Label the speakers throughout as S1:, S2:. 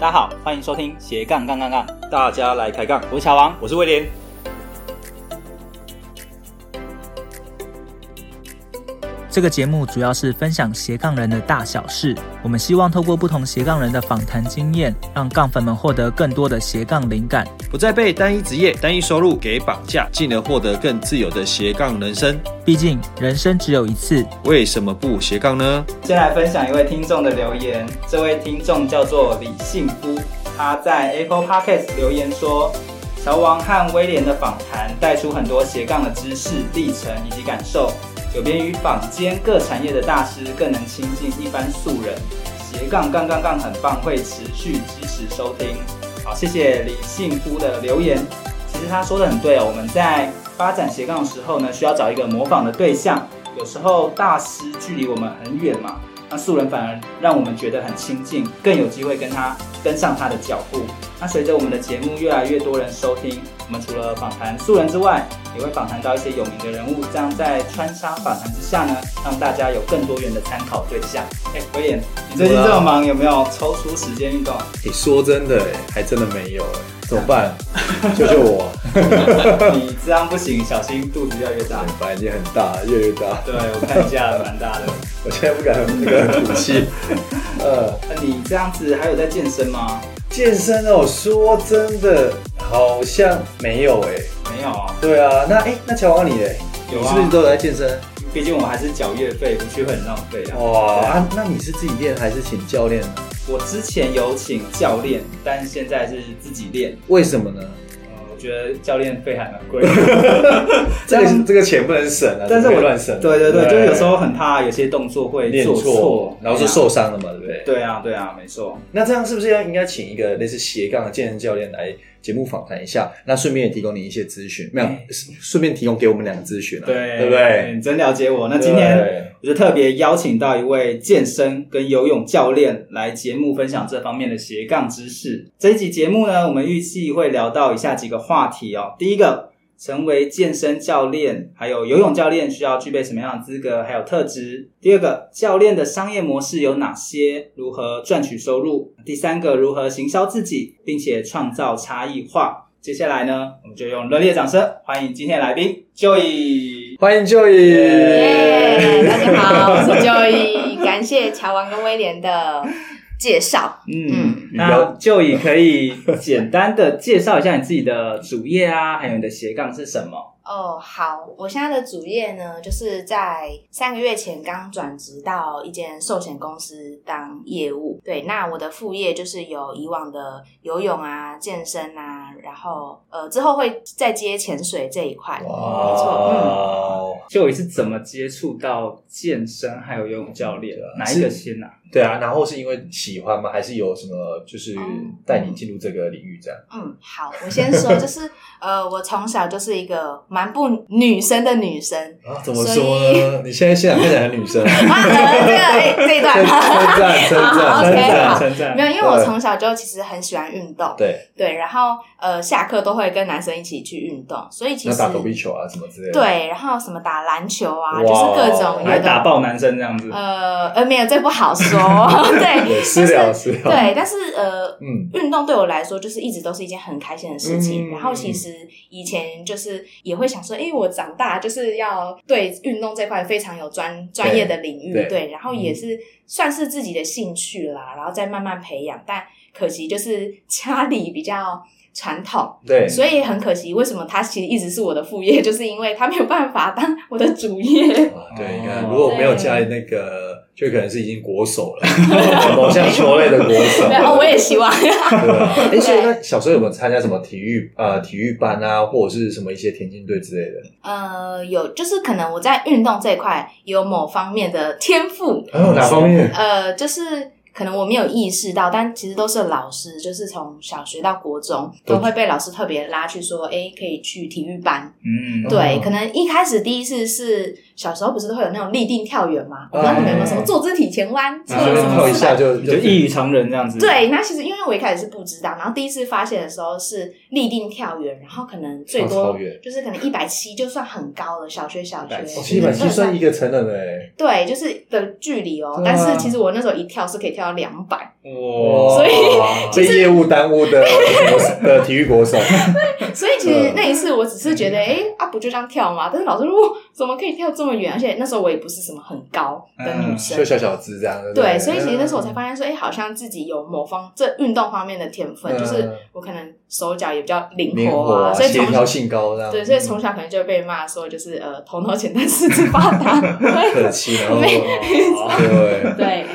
S1: 大家好，欢迎收听斜杠杠杠杠，
S2: 大家来开杠，
S1: 我是小王。
S2: 我是威廉。
S3: 这个节目主要是分享斜杠人的大小事，我们希望透过不同斜杠人的访谈经验，让杠粉们获得更多的斜杠灵感。
S2: 不再被单一职业、单一收入给绑架，进而获得更自由的斜杠人生。
S3: 毕竟人生只有一次，
S2: 为什么不斜杠呢？
S1: 先来分享一位听众的留言，这位听众叫做李幸夫，他在 Apple Podcast 留言说：“小王和威廉的访谈带出很多斜杠的知识、历程以及感受，有别于坊间各产业的大师，更能亲近一般素人。斜杠杠杠杠很棒，会持续支持收听。”好，谢谢李幸夫的留言。其实他说的很对哦，我们在发展斜杠的时候呢，需要找一个模仿的对象。有时候大师距离我们很远嘛，那素人反而让我们觉得很亲近，更有机会跟他跟上他的脚步。那随着我们的节目越来越多人收听，我们除了访谈素人之外，也会访谈到一些有名的人物，这样在穿插访谈之下呢，让大家有更多元的参考对象。哎，威廉，你最近这么忙，有没有抽出时间运动？
S4: 你说真的、欸，还真的没有、欸，怎么 办？救救我！
S1: 你这样不行，小心肚子越来越大。
S4: 本来已经很大，越来越大，
S1: 对，我看一下，蛮大的。
S4: 我现在不敢那个吐 气。呃，
S1: 那你这样子还有在健身吗？
S4: 健身哦，说真的，好像没有哎、
S1: 没有啊，
S4: 对啊，那哎、那乔王你嘞？
S1: 有啊
S4: 你是不是都有在健身？
S1: 毕竟我还是缴月费，不去会很浪费啊。
S4: 哇、
S1: 对啊
S4: 啊，那你是自己练还是请教练？
S1: 我之前有请教练，但现在是自己练。
S4: 为什么呢？
S1: 呃，我觉得教练费还蛮贵的，
S4: 这个这个钱不能省啊，
S1: 但是
S4: 不
S1: 我
S4: 能乱省。
S1: 对对对，就是有时候很怕有些动作会
S4: 练
S1: 做
S4: 错，然后就受
S1: 对啊
S4: 伤了嘛，对不对？
S1: 对啊，对啊，没错。
S4: 那这样是不是要应该请一个类似斜杠的健身教练来节目访谈一下？那顺便也提供你一些咨询，没有
S1: 哎，
S4: 顺便提供给我们两个咨询啊，
S1: 对，
S4: 对不对？
S1: 哎你真了解我。那
S4: 对
S1: 今天我就特别邀请到一位健身跟游泳教练来节目分享这方面的斜杠知识。这一集节目呢，我们预计会聊到以下几个话题哦。第一个，成为健身教练还有游泳教练需要具备什么样的资格还有特质？第二个，教练的商业模式有哪些？如何赚取收入？第三个，如何行销自己，并且创造差异化？接下来呢，我们就用热烈的掌声欢迎今天的来宾 Joy。
S4: 欢迎 Joey，
S5: 耶，大家好，我是 Joy，感谢乔王跟威廉的介绍。
S1: 嗯
S5: 嗯，
S1: 那就以可以简单的介绍一下你自己的主业啊，还有你的斜杠是什么？
S5: 哦，好，我现在的主业呢，就是在三个月前刚转职到一间寿险公司当业务。对，那我的副业就是有以往的游泳啊、健身啊，然后呃之后会再接潜水这一块。没错，嗯。
S4: 哇，
S1: 就你是怎么接触到健身还有游泳教练，哪一个先啊？
S4: 对啊，然后是因为喜欢吗？还是有什么就是带你进入这个领域这样？
S5: 嗯，好，我先说，就是呃，我从小就是一个蛮不女生的女生，
S4: 啊，怎么说呢？你现在现场看起来很 女生，
S5: 啊，呃这个哎、这一
S4: 称
S5: 段。
S4: 赞称
S5: 好
S4: 赞称
S5: OK，
S4: 赞
S5: 好，
S1: 称赞
S5: 没有，因为我从小就其实很喜欢运动，
S4: 对，
S5: 对，然后呃下课都会跟男生一起去运动，所以其
S4: 那
S5: 实
S4: 打躲避球啊什么之类的，，
S5: 对，然后什么打篮球
S4: 哇
S5: 啊，就是各种
S4: 还
S5: 有
S1: 来打
S5: 的
S1: 爆男生这样子？
S5: 呃呃没有，这不好说， 对，
S4: 私聊私聊，
S5: 对，但是呃。
S4: 嗯，
S5: 运动对我来说，就是一直都是一件很开心的事情。
S4: 嗯
S5: 然后其实以前就是也会想说，哎、我长大就是要对运动这块非常有专专业的领域，
S4: 对嗯
S5: 对，然后也是算是自己的兴趣啦，然后再慢慢培养。但可惜就是家里比较传统，
S4: 对，
S5: 所以很可惜，为什么他其实一直是我的副业，就是因为他没有办法当我的主业。
S4: 啊对，你看，
S1: 哦
S4: 如果没有加那个，就可能是已经国手 了，某项球类的国手。
S5: 对哦，我也希望。
S4: 对啊，哎，所以那小时候有没有参加什么体育呃体育班啊，或者是什么一些田径队之类的？
S5: 呃，有就是可能我在运动这一块有某方面的天赋，
S4: 哦，哪方面？
S5: 呃，就是可能我没有意识到，但其实都是老师，就是从小学到国中
S4: 都
S5: 都会被老师特别拉去说，哎，可以去体育班。
S1: 嗯，
S5: 对
S4: 哦，
S5: 可能一开始第一次是小时候不是都会有那种立定跳远嘛，
S4: 嗯
S5: 我不知道你们有没有什么坐姿体前弯，什
S4: 就是
S5: 么哦什么
S4: 嗯跳一下就
S1: 你就异于常人这样子。，
S5: 对，那其实因为我一开始是不知道，然后第一次发现的时候是立定跳远，然后可能最
S4: 跳哦超
S5: 多
S4: 远
S5: 就是可能一百七就算很高了，小学小学
S4: 哦，七百七算一个成人了哎，
S5: 对，就是的距离哦。
S4: 对啊
S5: 但是其实我那时候一跳是可以跳到两百，
S1: 哇，
S5: 所以
S4: 被业务耽误的国手的体育国手，
S5: 所以其
S4: 嗯
S5: 实那一次我只是觉得，哎啊不就这样跳吗？但是老师说，哇，怎么可以跳这么远？而且那时候我也不是什么很高的女
S1: 嗯
S5: 生
S4: 就。小小只这样。不
S5: 对，所以其实那时候我才发现说，哎、好像自己有某方这运动方面的天分，
S4: 嗯
S5: 就是我可能手脚也比较
S4: 灵
S5: 灵
S4: 活
S5: 啊，
S4: 啊，
S5: 所以
S4: 协
S5: 从
S4: 调性高这样。
S5: 对，所以从小可能就被骂说就是呃头脑简单四肢发 达，
S4: 嗯客
S5: 对
S4: 气，然后
S5: 没
S4: 哦对。
S5: 对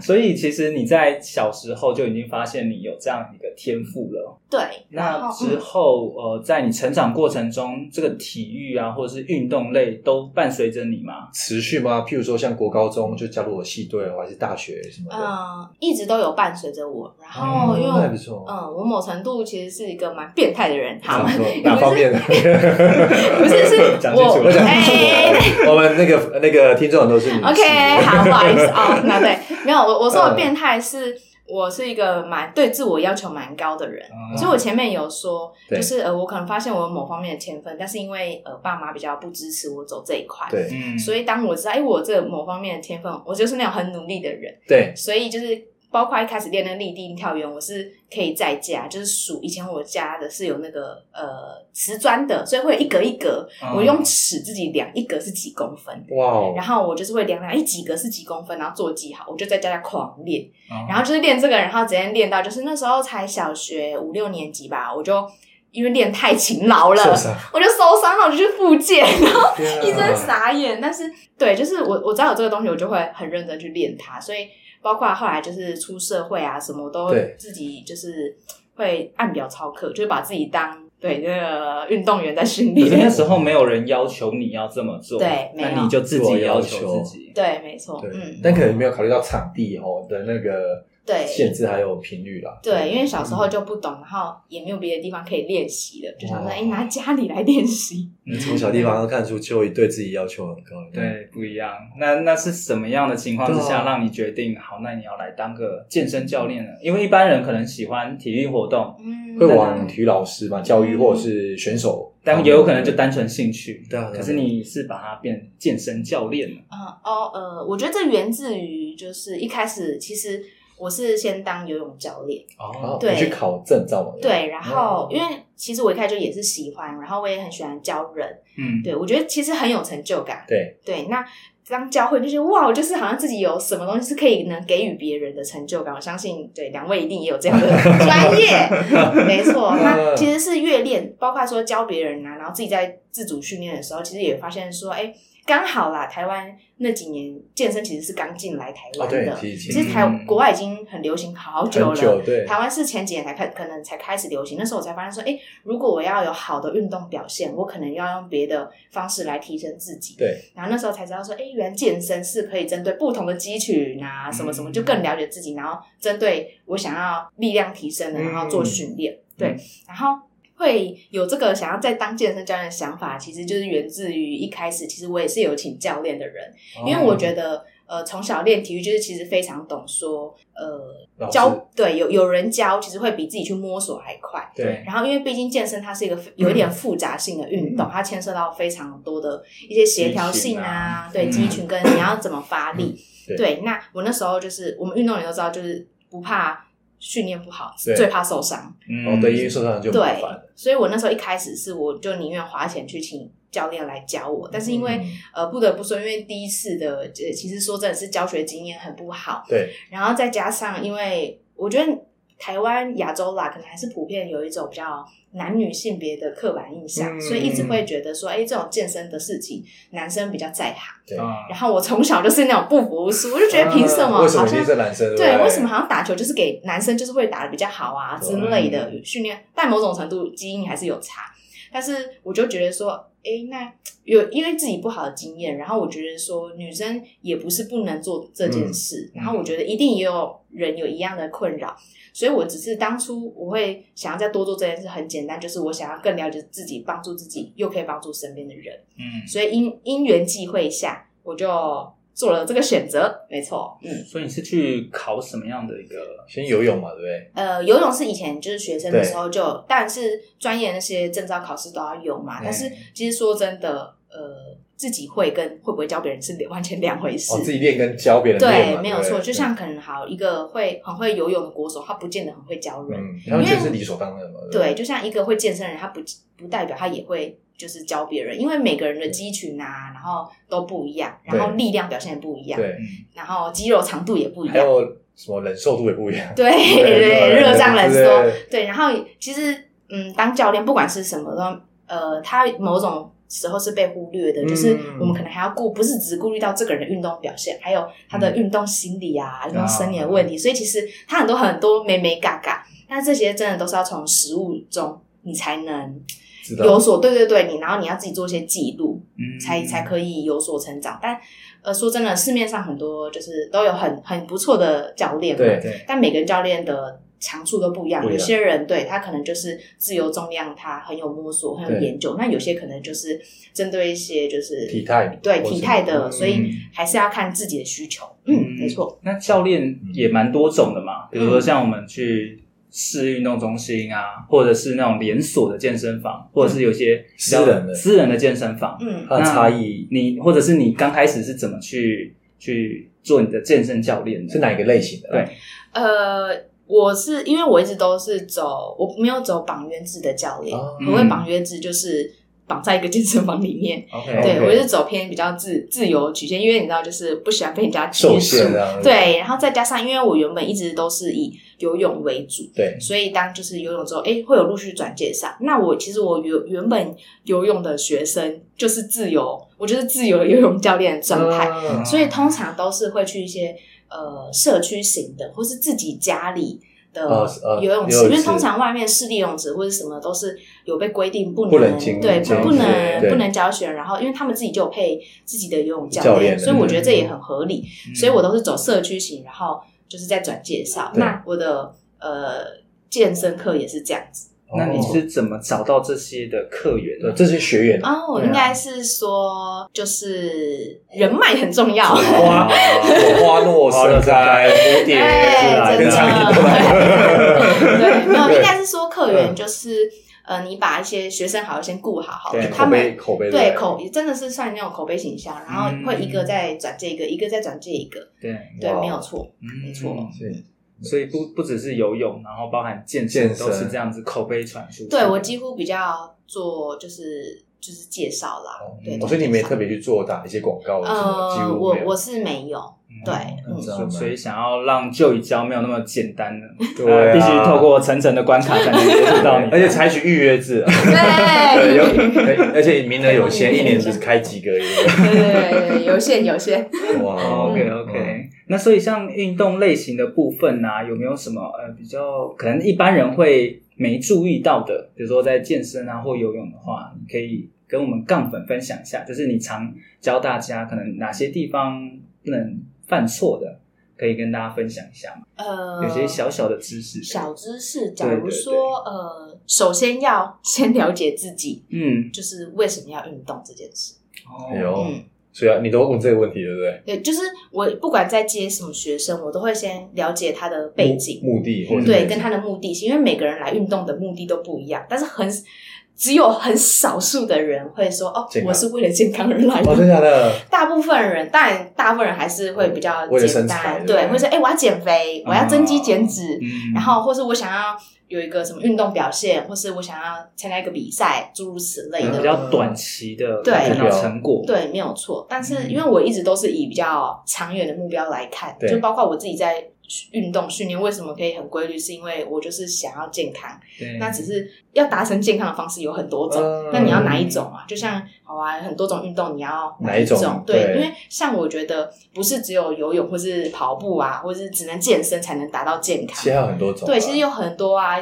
S1: 所以其实你在小时候就已经发现你有这样一个天赋了。
S5: 对，然
S1: 那
S5: 后
S1: 之
S5: 嗯
S1: 后，呃，在你成长过程中，这个体育啊，或者是运动类，都伴随着你吗？
S4: 持续吗？譬如说像国高中就加入我系队，哦还是大学什么的？嗯
S5: 嗯一直都有伴随着我，然后因为
S4: 那还不
S5: 我
S4: 错。
S5: 嗯我某程度其实是一个蛮变态的人，
S4: 怎
S5: 他
S4: 么
S5: 们
S4: 说 哪方面的？
S5: 不是是
S1: 讲清
S5: 我
S1: 楚了
S4: 讲
S5: 哎。
S4: 我们那个那个听众很多是女性
S5: OK，好，不好意思哦，那对，没有，我我说的变态是，我是一个蛮对自我要求蛮高的人，
S1: 嗯
S5: 所以我前面有说，
S4: 对
S5: 就是呃，我可能发现我有某方面的天分，但是因为呃爸妈比较不支持我走这一块，
S4: 对
S1: 嗯
S5: 所以当我知道，哎、我这某方面的天分，我就是那种很努力的人，
S4: 对，
S5: 所以就是包括一开始练那个立定跳远，我是可以在家，就是数以前我家的是有那个呃瓷砖的，所以会有一格一格，
S1: 嗯
S5: 我用尺自己量一格是几公分。
S4: 哇哦，
S5: 然后我就是会量量，哎，几格是几公分，然后做记号，我就在家家狂练，
S1: 嗯
S5: 然后就是练这个，然后直接练到就是那时候才小学五六年级吧，我就因为练太勤劳了，
S4: 受
S5: 哦
S4: 伤，
S5: 我就受伤了，我就去复健，然后
S4: 天啊
S5: 医生傻眼。但是对，就是我我知道有这个东西，我就会很认真去练它。所以包括后来就是出社会啊，什么都
S4: 对
S5: 自己就是会按表操课，就是把自己当对那个运动员在训
S1: 可是那
S5: 练。
S1: 时候没有人要求你要这么做，
S5: 对没有
S1: 那你就自己要求自己。
S5: 对，没错，
S4: 对
S5: 嗯，，
S4: 但可能没有考虑到场地哦的那个
S5: 对
S4: 限制还有频率啦。
S5: 对，因为小时候就不懂，然后也没有别的地方可以练习了，就想说，
S4: 哇
S5: 哎，拿家里来练习。
S1: 嗯
S4: 从小地方看出秋怡对自己要求很高。，
S1: 对不一样。那那是什么样的情况之
S4: 对啊
S1: 下让你决定好？那你要来当个健身教练呢？因为一般人可能喜欢体育活动，
S5: 嗯，
S4: 会往体育老师嘛、教育或者是选手，
S1: 但也有可能就单纯兴趣。
S4: 对啊对啊
S1: 可是你是把它变健身教练了。
S5: 嗯哦呃，我觉得这源自于就是一开始其实我是先当游泳教练，
S4: 哦，
S5: 对
S4: 你去考证照嘛。
S5: 对，然
S4: 哦
S5: 后因为其实我一开始就也是喜欢，然后我也很喜欢教人，
S1: 嗯，
S5: 对我觉得其实很有成就感。
S4: 对
S5: 对，那当教会就觉得哇，我就是好像自己有什么东西是可以能给予别人的成就感。我相信对两位一定也有这样的 专业，没错。
S4: 嗯
S5: 那其实是越练，包括说教别人啊，然后自己在自主训练的时候，其实也发现说，哎。刚好啦，台湾那几年健身其实是刚进来台
S4: 哦
S5: 湾
S4: 对
S5: 的，，
S4: 其
S5: 其
S4: 实
S5: 实台
S1: 嗯
S5: 国外已经很流行好久
S4: 很
S5: 了，
S4: 久对
S5: 台湾是前几年才开，可能才开始流行。那时候我才发现说，哎、如果我要有好的运动表现，我可能要用别的方式来提升自己。
S4: 对，
S5: 然后那时候才知道说，哎、原来健身是可以针对不同的肌群啊，什么什么，就更了解自己，然后针对我想要力量提升的，
S4: 嗯
S5: 然后做训练。对，然后。会有这个想要再当健身教练的想法，其实就是源自于一开始，其实我也是有请教练的人，因为我
S4: 哦
S5: 觉得呃从小练体育就是其实非常懂说
S4: 老
S5: 呃
S4: 师
S5: 教对有有人教其实会比自己去摸索还快。
S4: 对
S5: 然后，因为毕竟健身它是一个有
S4: 嗯
S5: 一点复杂性的运动，它牵涉到非常多的一些协调性啊，对肌群跟你要怎么发力。
S4: 嗯对
S5: 那我那时候就是我们运动员都知道，就是不怕训练不好，
S4: 对
S5: 最怕受伤。
S1: 嗯
S4: 哦对，因为受伤就很麻
S5: 对
S4: 烦。，
S5: 所以我那时候一开始是我就宁愿花钱去请教练来教我，但是因为、
S4: 嗯
S5: 呃不得不说，因为第一次的呃其实说真的是教学经验很不好，
S4: 对
S5: 然后再加上因为我觉得。台湾亚洲啦，可能还是普遍有一种比较男女性别的刻板印象，
S4: 嗯
S5: 所以一直会觉得说，哎、这种健身的事情男生比较在行。
S4: 对，
S1: 啊，
S5: 然后我从小就是那种不服输，我就觉得凭什么？
S4: 啊呃为什么
S5: 好
S4: 一
S5: 像
S4: 定是男生？
S5: 对，
S4: 不
S5: 为什么好像打球就是给男生就是会打的比较好啊之类的训练？但某种程度基因还是有差。但是我就觉得说，诶，那有因为自己不好的经验，然后我觉得说女生也不是不能做这件事，然后我觉得一定也有人有一样的困扰，所以我只是当初我会想要再多做这件事，很简单，就是我想要更了解自己，帮助自己，又可以帮助身边的人，
S1: 嗯，
S5: 所以因因缘际会下，我就做了这个选择，没错，嗯。
S1: 所以你是去考什么样的一个？
S4: 先游泳嘛，对不对？
S5: 呃，游泳是以前就是学生的时候就有，但是专业那些证照考试都要有嘛。
S4: 嗯
S5: 但是其实说真的，呃，自己会跟会不会教别人是两完全两回事。
S4: 哦，自己练跟教别人练
S5: 对，
S4: 嘛，
S5: 没
S4: 对
S5: 有
S4: 不对
S5: 错。就像可能好一个会很会游泳的国手，他不见得很会教人。
S4: 嗯，他们觉得是理所当然嘛，不
S5: 对，就像一个会健身的人，他不不代表他也会就是教别人，因为每个人的肌群啊，然后都不一样，然后
S4: 对
S5: 力量表现也不一样，
S4: 对，
S1: 嗯，
S5: 然后肌肉长度也不一
S4: 还
S5: 样。
S4: 有什么忍受度也不一样，
S5: 对对，热胀冷缩，
S4: 对，
S5: 对，然后其实嗯，当教练不管是什么都，呃，他某种时候是被忽略的，
S4: 嗯
S5: 就是我们可能还要顾，不是只顾虑到这个人的运动表现，还有他的
S1: 嗯
S5: 运动心理啊、运动生理的问题，所以其实他很多很多美美嘎嘎，但这些真的都是要从食物中你才能
S4: 知道
S5: 有所对对对，你然后你要自己做一些记录，
S1: 嗯
S5: 才才可以有所成长。但呃，说真的，市面上很多就是都有很很不错的教练嘛，
S4: 对
S1: 对
S5: 但每个教练的长处都不一样，
S4: 不一
S5: 有
S4: 样
S5: 些人对他可能就是自由重量，他很有摸索，很有
S4: 对
S5: 研究；那有些可能就是针对一些就是
S4: 体态
S5: 对
S4: 或者
S5: 体态的，
S4: 嗯
S5: 所以还是要看自己的需求。嗯，没错。。
S1: 那教练
S4: 嗯
S1: 也蛮多种的嘛，比如说像我们去市运动中心啊，或者是那种连锁的健身房，或者是有一些比较
S4: 嗯私人的
S1: 私人的健身房，
S5: 嗯，
S4: 它的差异
S1: 你或者是你刚开始是怎么去去做你的健身教练的？
S4: 是哪一个类型的？
S1: 对，
S5: 呃，我是因为我一直都是走，我没有走绑约制的教练，
S4: 哦
S5: 我会绑约制就是绑在一个健身房里面。
S1: OK，
S5: 对
S4: 嗯 OK
S5: 我是走偏比较自自由曲线，因为你知道，就是不喜欢被人家接
S4: 受
S5: 触
S4: 限。啊，
S5: 对，然后再加上，因为我原本一直都是以游泳为主，
S4: 对，
S5: 所以当就是游泳之后，哎，会有陆续转介绍。那我其实我原原本游泳的学生就是自由，我就是自由的游泳教练的状态。
S4: 嗯
S5: 所以通常都是会去一些呃社区型的，或是自己家里的
S4: 哦呃
S5: 游泳池，
S4: 游泳池
S5: 因为通常外面市立游泳池或者什么都是有被规定不能
S4: 不能进
S5: 对
S4: 教学
S5: 不不能
S4: 对
S5: 不能教学，然后因为他们自己就有配自己的游泳教
S4: 教练嗯
S5: 所以我觉得这也很合理，所以我
S1: 都
S5: 都是走社区型，然后就是在转介绍。
S4: 对
S5: 那我的呃健身课也是这样子。
S1: 那你
S4: 哦
S1: 是怎么找到这些的客源啊
S4: 对
S1: 的？
S4: 这些学员
S5: 哦，我
S1: 对啊
S5: 应该是说，就是人脉很重要。
S4: 花火花落盛开，蝴蝶
S5: 哎
S4: 哦是啊来
S5: 真
S4: 的，
S5: 的
S4: 苍蝇都来了。
S5: 对，没有，
S4: 对嗯
S5: 应该是说客源就是呃，你把一些学生好先顾好，好了
S1: 对
S5: 他
S4: 口碑
S5: 们。
S4: 口碑
S5: 对口真的是算那种口碑形象，然后
S1: 嗯
S5: 会一个再转这一个，一个再转这一个，
S1: 对，
S5: 对，
S4: 哇
S5: 没有错，没错。
S4: 是
S1: 所以不不只是游泳，然后包含健身
S4: 健身
S1: 都是这样子口碑传输。
S5: 对我几乎比较做就是就是介绍啦，对。
S4: 哦所以你们也
S5: 介绍
S4: 特别去做打一些广告什么，几
S5: 呃，
S4: 乎
S5: 我
S4: 没有
S5: 我是没有，对，嗯
S4: 嗯，这样
S1: 所
S4: 吗
S1: 所以想要让旧与交没有那么简单的，
S4: 对啊
S1: 必须透过层层的关卡才能接触到你。
S4: 而且采取预约制啊， 对，有
S5: 对，
S4: 而而且名额有限，一年只开几个而 已。
S5: 对对 对，有限 有限。
S4: 哇
S1: 哦
S4: 嗯
S1: OK OK，、那
S4: 哦
S1: 所以像运动类型的部分呢、有没有什么呃比较可能一般人会没注意到的？比如说在健身啊或游泳的话，你可以跟我们杠粉分享一下，就是你常教大家可能哪些地方不能犯错的，可以跟大家分享一下吗？
S5: 呃，
S1: 有些小小的知识，
S5: 小知识，假
S1: 对
S5: 如
S1: 对
S5: 说呃，首先要 先了解自己，
S1: 嗯，
S5: 就是为什么要运动这件事。
S4: 哎
S1: 哦，
S4: 呦，
S5: 嗯，
S4: 所以啊你都问这个问题对不对？
S5: 对，就是我不管在接什么学生，我都会先了解他的背景，嗯
S4: 目目的或者
S5: 对，跟他的目的性，因为每个人来运动的目的都不一样，但是很只有很少数的人会说哦
S4: 健，康
S5: 我是为了健康而来
S4: 哦，真的
S5: 的。
S4: 假的？
S5: 大部分人，但大部分人还是会比较
S4: 嗯为了
S5: 简
S4: 身材哦对不
S5: 单，对，
S4: 对
S5: 会说哎、我要减肥，我要增肌减脂，
S1: 嗯
S5: 然后或是我想要有一个什么运动表现，或是我想要参加一个比赛，诸如此类
S1: 嗯
S4: 嗯
S1: 比
S5: 的。
S1: 较短期的
S5: 对
S1: 看到成果，
S5: 对，没有错。但是因为我一直都是以比较长远的目标来看，
S4: 对
S5: 就包括我自己在运动训练为什么可以很规律，是因为我就是想要健康。
S4: 对
S5: 那只是要达成健康的方式有很多种，
S4: 嗯
S5: 那你要哪一种啊？就像好啊，很多种运动，你要
S4: 哪
S5: 一
S4: 一种
S5: 对，
S4: 对
S5: 因为像我觉得不是只有游泳或是跑步啊，或是只能健身才能达到健康。
S4: 其实还有很多种啊，
S5: 对，其实有很多啊，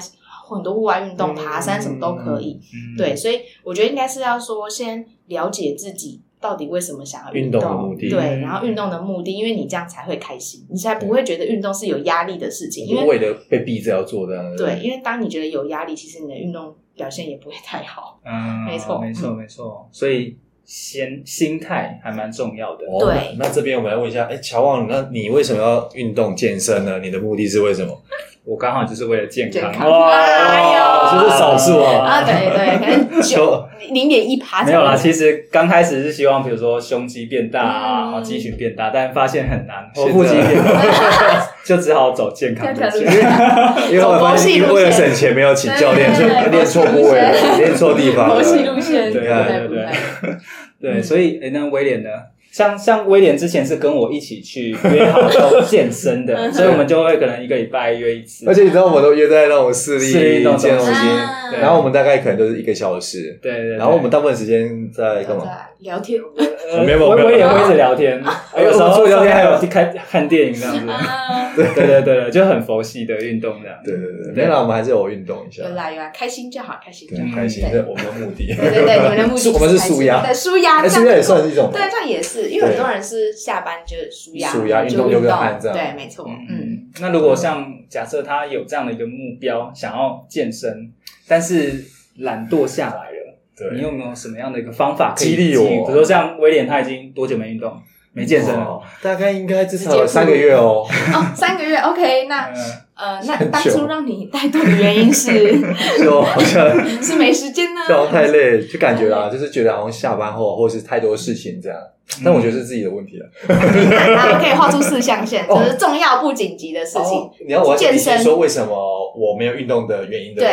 S5: 很多户外运动、爬山什么都可以。
S4: 嗯
S5: 对，，所以我觉得应该是要说先了解自己到底为什么想要
S4: 运
S5: 动
S4: 动的目的嗯
S5: 对，然后运动的目的，因为你这样才会开心，你才不会觉得运动是有压力的事情，因
S4: 因为
S5: 为
S4: 为了被逼着要做这样的，
S5: 对，因为当你觉得有压力，其实你的运动表现也不会太好。
S1: 嗯，
S5: 没错
S1: 没错，没错。所以先心态还蛮重要的。
S4: 哦
S5: 对
S4: 那那这边我们来问一下，哎，乔旺，那你为什么要运动健身呢？你的目的是为什 么？
S1: 我刚好就是为了健
S5: 健
S1: 康，
S5: 康哎呦
S4: 这是少数
S5: 啊，
S4: 啊，
S5: 对对，可 能九零点一趴
S1: 没有啦，其实刚开始是希望，比如说胸肌变大啊，然
S5: 嗯
S1: 后肌群变大，但发现很难，
S4: 是的
S1: 腹肌变大， 就只好走健康路
S5: 健
S1: 线
S5: 康。 路线
S4: 因为我发现为了省钱没有请教练，所
S5: 对对对
S4: 以练错部位了，练错地方
S5: 佛系路
S4: 了。
S5: 线，嗯
S1: 对
S4: 对
S1: 对
S5: 不
S1: 对
S5: 太
S1: 对，所以诶那威廉呢？像像威廉之前是跟我一起去约好要健身
S5: 嗯
S1: 的，所以我们就会可能一个礼拜约一次，
S4: 而且你知道，我们都约在那种私立
S1: 私立运动中
S4: 健身中
S1: 心
S4: 心，
S5: 啊
S4: 然后我们大概可能都是一个小时，
S1: 对对对，
S4: 然后我们大部分时间在干嘛？
S5: 在聊天
S1: 呃
S4: 没有没有
S1: 威威廉
S4: 没有
S1: 会一直聊天，
S4: 哎
S1: 有时
S4: 我们
S1: 候
S4: 做聊天
S1: 还
S4: 还有
S1: 有看看电影这样子，
S5: 啊，
S1: 对对对对，就很佛系的运动这样。
S4: 对对对，没有啦，我们还是有运动一下
S5: 有，啦有啦，开心就好，开心就
S4: 对
S1: 嗯
S5: 好，，
S4: 开心，
S5: 对
S4: 这是我们的目的。
S5: 对 对对，嗯你们的目的
S4: 是我们是舒压，
S5: 对舒压，
S4: 哎，
S5: 这
S4: 舒
S5: 样
S4: 压也算是一种吧
S5: 对，这样也是，因为很多人是下班就舒压，
S4: 舒压
S5: 就
S4: 运动流个汗这样
S5: 对，没错，嗯，
S1: 嗯，那如果像假设他有这样的一个目标，想要健身，但是懒惰下来了，你
S4: 对，
S1: 有没有什么样的一个方法可以
S4: 激励我
S1: 比如说像威廉，他已经多久没运动、没健身了？
S4: 哦，大概应该至少有三个月哦。
S5: 哦，三个月，OK，那
S1: 嗯，
S5: 呃，那当初让你怠惰的原因 是
S4: 就好像
S5: 是没时间呢，
S4: 就好像太累，就感觉啦，就是觉得好像下班后或是太多事情这样。
S1: 嗯
S4: 但我觉得是自己的问题了。
S5: 那我可以画出四象限，就是重要不紧急的事情
S4: 哦，你要我要
S5: 健身
S4: 先说为什么我没有运动的原因不
S5: 对，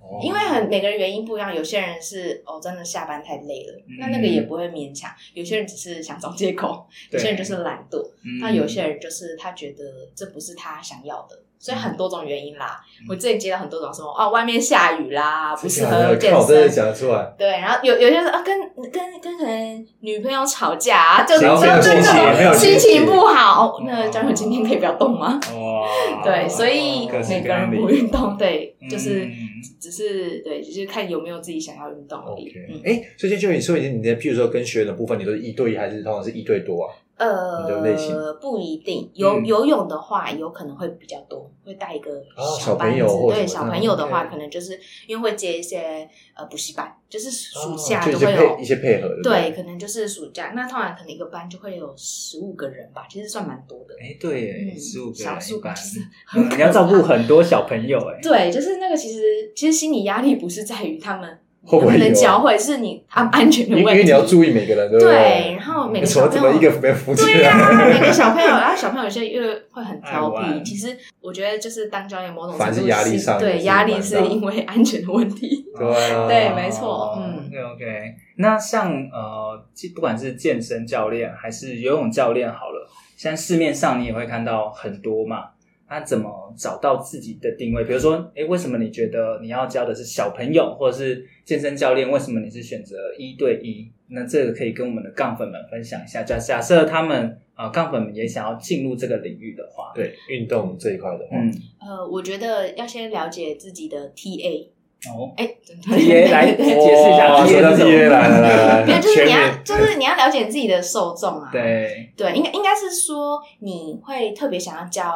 S4: 哦
S5: 因为很每个人原因不一样，有些人是哦真的下班太累了，
S4: 嗯
S5: 那那个也不会勉强；有些人只是想找借口，有
S1: 对
S5: 些人就是懒惰，
S1: 嗯
S5: 那有些人就是他觉得这不是他想要的，所以很多种原因啦。
S4: 嗯
S5: 我之前接到很多种什么哦，外面下雨 啦，不
S4: 啊
S5: 适合健
S4: 看我真的
S5: 身。
S4: 讲得出来，
S5: 对，然后有有些人啊，跟跟跟可能女朋友吵架啊，就
S4: 然
S5: 就
S4: 后没
S5: 就
S4: 有
S5: 就
S4: 心情没有
S5: 心
S4: 心情
S5: 情不好，那交友今天可以不要动吗？
S1: 哇
S4: 哦
S5: 对，所以
S1: 各式
S5: 每
S1: 各
S5: 个人
S1: 样的
S5: 不运动，对，就是
S1: 嗯
S5: 只是对，只是看有没有自己想要运动而已。
S4: OK，
S5: 嗯，
S4: 哎、所以就你说，你你的譬如说跟学员的部分，你都是一对一还是通常是一对多啊？你的类型
S5: 呃，不一定，游
S1: 嗯
S5: 游泳的话，有可能会比较多，会带一个
S4: 哦
S5: 小
S4: 小
S5: 班
S4: 朋
S5: 子
S4: 友或。
S5: 对，
S4: 什
S5: 小
S4: 么的嗯
S5: 朋友的话，
S1: 对
S5: 可能就是因为会接一些呃补习班，就是暑假
S4: 哦就一
S5: 就
S4: 些
S5: 会有
S4: 配一些配合，对不对？
S5: 对，可能就是暑假，那通常可能一个班就会有十五个人吧，其实算蛮多的。
S1: 哎，对耶，
S5: 嗯
S1: 十五个
S5: 小
S1: 人
S5: 十五
S1: 一
S5: 个
S1: 班
S5: 就是，
S1: 嗯你要照顾很多小朋友哎。
S5: 对，就是那个其实其实心理压力不是在于他们
S4: 会不
S5: 能
S4: 会
S5: 不能
S4: 有啊
S5: 教会，是你安安全的
S4: 因
S5: 问
S4: 为
S5: 题。
S4: 因为你要注意每个人，对不
S5: 对，然后每 个
S4: 怎
S5: 小
S4: 么
S5: 朋
S4: 怎
S5: 友
S4: 么一个啊没扶起
S5: 对
S4: 来？
S5: 呀、每个小朋友，然后小朋友有些因为会很挑
S1: 爱
S5: 剔。
S1: 玩
S5: 其实我觉得就是当教练，某种程
S4: 反
S5: 度
S4: 正压力上也
S5: 对
S4: 是
S5: 压力
S4: 蛮
S5: 是
S4: 大
S5: 因为安全的问题。
S4: 对啊
S5: 对没错嗯
S1: OK OK，那像呃，既不管是健身教练还是游泳教练，好了，现在市面上你也会看到很多嘛。那怎么找到自己的定位？比如说，哎，为什么你觉得你要教的是小朋友，或者是健身教练？为什么你是选择一对一？那这个可以跟我们的杠粉们分享一下。假假设他们啊、呃杠粉们也想要进入这个领域的话，
S4: 对运动这一块的话，
S1: 嗯，
S5: 呃，我觉得要先了解自己的 TA，
S1: 哦
S5: 哎真的
S1: ，TA 来
S5: 对对
S1: 解释一下 TA
S4: 哇哦说到
S1: 是什么
S4: TA 来了来了
S5: 没有，
S4: 来，
S5: 就是
S4: 全
S5: 你啊要，
S4: 面
S5: 就是你要了解自己的受众啊。
S1: 对，
S5: 对，应该应该是说你会特别想要教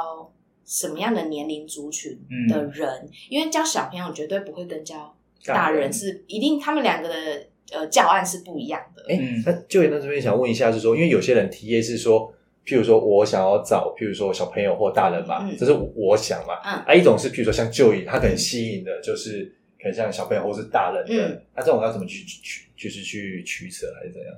S5: 什么样的年龄族群
S4: 嗯
S5: 的人，因为教小朋友绝对不会跟教大人是一定，他们两个的呃教案是不一样的。
S4: 哎
S1: 嗯，
S4: 那就那这边想问一下，是说，因为有些人提议是说，譬如说我想要找，譬如说小朋友或大人嘛
S5: 嗯，
S4: 这是我想嘛。
S5: 嗯
S4: 啊，一种是譬如说像就业，他可能吸引的就是可能像小朋友或是大人的
S5: 嗯，
S4: 那这种要怎么去去就是去取舍还是怎样？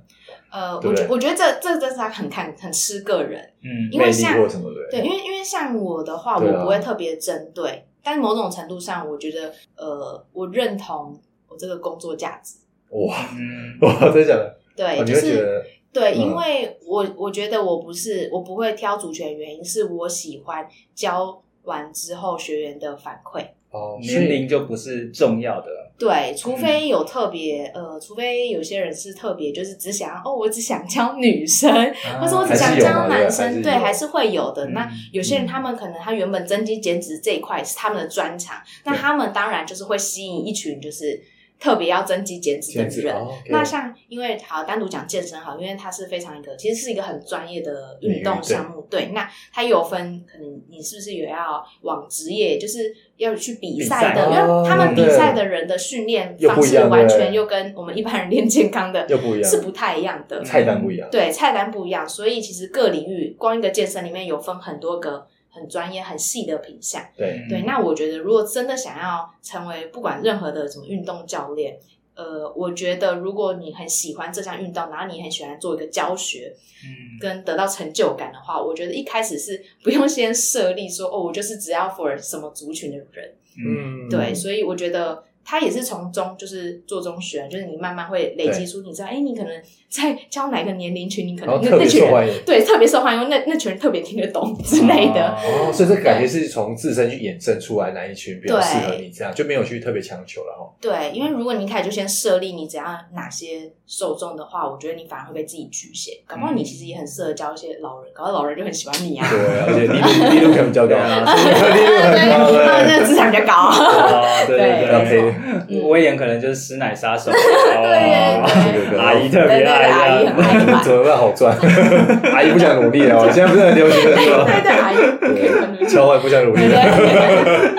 S5: 呃，
S4: 对
S5: 我
S4: 不
S5: 觉
S4: 对
S5: 我觉得这这真是很看很吃个人，
S1: 嗯
S5: 因为
S4: 魅力
S5: 像
S4: 或什么的？
S5: 对，因为因为像我的话，
S4: 对啊
S5: 我不会特别针对，但某种程度上，我觉得呃，我认同我这个工作价值，
S4: 哇，
S1: 嗯，
S4: 我在想，
S5: 对，
S4: 哦你
S5: 就
S4: 会觉
S5: 是
S4: 得
S5: 对，
S4: 嗯
S5: 因为我我觉得我不是我不会挑主角的原因是我喜欢教完之后学员的反馈。
S4: 哦，所以
S1: 年龄就不是重要的了。
S5: 对，除
S4: 嗯
S5: 非有特别，呃，除非有些人是特别，就是只想哦，我只想教女生，或者我
S4: 嗯
S5: 只
S4: 还
S5: 想
S4: 是有
S5: 教
S4: 嘛
S5: 男
S4: 对
S5: 生，
S4: 不对
S5: 对，
S4: 还
S5: 还
S4: 是
S5: 是会有的。
S4: 嗯
S5: 那有些人他们可能他原本增肌减脂这一块是他们的专长，那
S4: 对
S5: 他们当然就是会吸引一群就是特别要增肌减脂的
S4: 减脂
S5: 人。
S4: 哦，OK
S5: 那像因为好单独讲健身好，因为它是非常一个其实是一个很专业的运
S4: 领
S5: 动
S4: 域
S5: 项目。对，那它有分，可能你是不是也要往职业，就是要去比赛的，
S4: 比
S5: 因
S4: 赛
S5: 为他们比赛
S4: 哦对
S5: 的人的训练
S4: 又
S5: 方
S4: 不一
S5: 式
S4: 样
S5: 完
S4: 对
S5: 全又跟我们一般人练健康的
S4: 又不一样
S5: 是不太一样的。
S4: 菜单不一样，
S5: 对，菜单不一样，所以其实各领域，光一个健身里面有分很多个很专业、很细的品项。
S4: 对，
S5: 对，那我觉得如果真的想要成为不管任何的什么运动教练，呃，我觉得如果你很喜欢这项运动，然后你很喜欢做一个教学
S1: 嗯，
S5: 跟得到成就感的话，我觉得一开始是不用先设立说哦，我就是只要 for 什么族群的人。
S4: 嗯，
S5: 对，所以我觉得他也是从中就是做中学，啊就是你慢慢会累积出你知道，哎，你可能在教哪个年龄群，你可
S4: 然
S5: 能
S4: 后
S5: 那
S4: 特别
S5: 那群
S4: 受欢
S5: 人
S4: 迎。
S5: 对特别受欢迎，那那群人特别听得懂之类的。
S4: 哦，所以这感觉是从自身去衍生出来哪一群比较适合你，这样就没有去特别强求了哈。
S5: 对，因为如果你一开始就先设立你只要哪些受众的话，我觉得你反而会被自己局限。搞不好你
S1: 嗯
S5: 其实也很适合教一些老人，搞不好老人就很喜欢你啊。
S4: 对，而且利率利率可能比较高
S1: 对啊
S4: 所以利率
S5: 对，
S4: 很
S5: 他
S4: 高，啊
S5: 们那个
S4: 对，
S5: 资产比较高。
S1: 哦，对对
S5: 对嗯
S4: 要
S1: 对，
S4: 赔。
S1: 威廉可能就是师奶杀 手，哦
S4: 对对对
S1: 阿姨特别爱啊
S5: 对对对阿姨很
S1: 这样，
S5: 爱
S4: 怎么办好赚？阿姨不想努力了，我现在不是很流行的是
S5: 对对，
S4: 吧？
S5: 阿姨可以很努力。
S4: 小婉不想努力
S5: 对
S4: 了，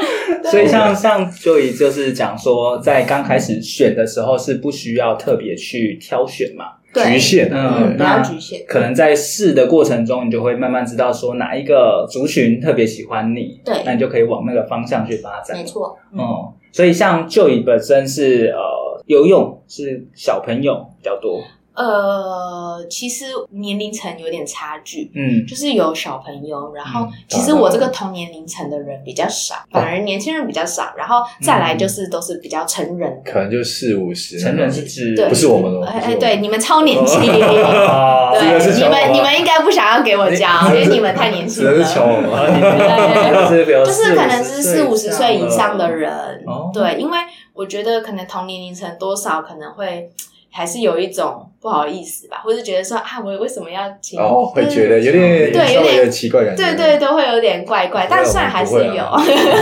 S5: 对
S1: 所以像像 Joy 就是讲说，在刚开始选的时候是不需要特别去挑选嘛，
S5: 对，
S4: 局限
S1: 嗯
S5: 嗯，
S4: 嗯
S5: 不
S1: 那
S5: 要局限。
S1: 可能在试的过程中，你就会慢慢知道说哪一个族群特别喜欢你，
S5: 对
S1: 那你就可以往那个方向去发展。
S5: 没错，嗯，
S1: 哦，所以像 Joy 本身是呃游泳是小朋友比较多，
S5: 呃，其实年龄层有点差距，
S1: 嗯，
S5: 就是有小朋友，然后
S1: 嗯
S5: 其实我这个同年龄层的人比较少，反而年轻人比较少，然后再来就是都是比较成人的，
S4: 可能就四五十。
S1: 成人是指
S5: 对
S4: 不是我们哦？不
S5: 哎
S4: 是我
S5: 哎，
S4: 们
S5: 对，，你们超年轻。
S1: 哦
S4: 这个是
S5: 对，你
S4: 小我吗
S5: 们你们应该不想要给我教，因为你们太年
S4: 只
S5: 轻
S4: 能
S5: 了
S4: 是，
S1: 哦
S4: 瞧我哦们。
S1: 对，就
S5: 就是可能是四五十岁以上的人
S1: 哦，
S5: 对，因为我觉得可能同年龄层多少可能会还是有一种不好意思吧，或是觉得说啊，我为什么要请？
S4: 然后哦会觉得有点
S5: 对
S4: 稍
S5: 有点
S4: 微有点奇怪感觉。
S5: 对对，都会有点怪怪，但虽然还是
S4: 不会
S5: 有
S4: 啊，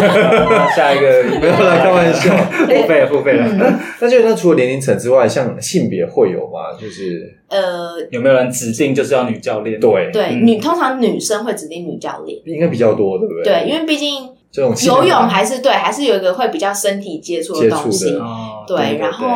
S1: 下一 个
S4: 没有啦，开玩笑。
S1: 付费付费
S5: 嗯
S1: 了，
S4: 那就那除了年龄层之外，像性别会有吗？就是
S5: 呃，
S1: 有没有人指定就是要女教练？
S4: 对，
S5: 对，
S1: 嗯
S5: 女通常女生会指定女教练，
S4: 应该比较多，对不对？
S5: 对，因为毕竟
S4: 这种性
S5: 游泳还是对，还是有一个会比较身体接触
S4: 接
S5: 的
S4: 触
S5: 东西
S4: 的，
S1: 哦，
S5: 对，
S4: 对对
S5: 然后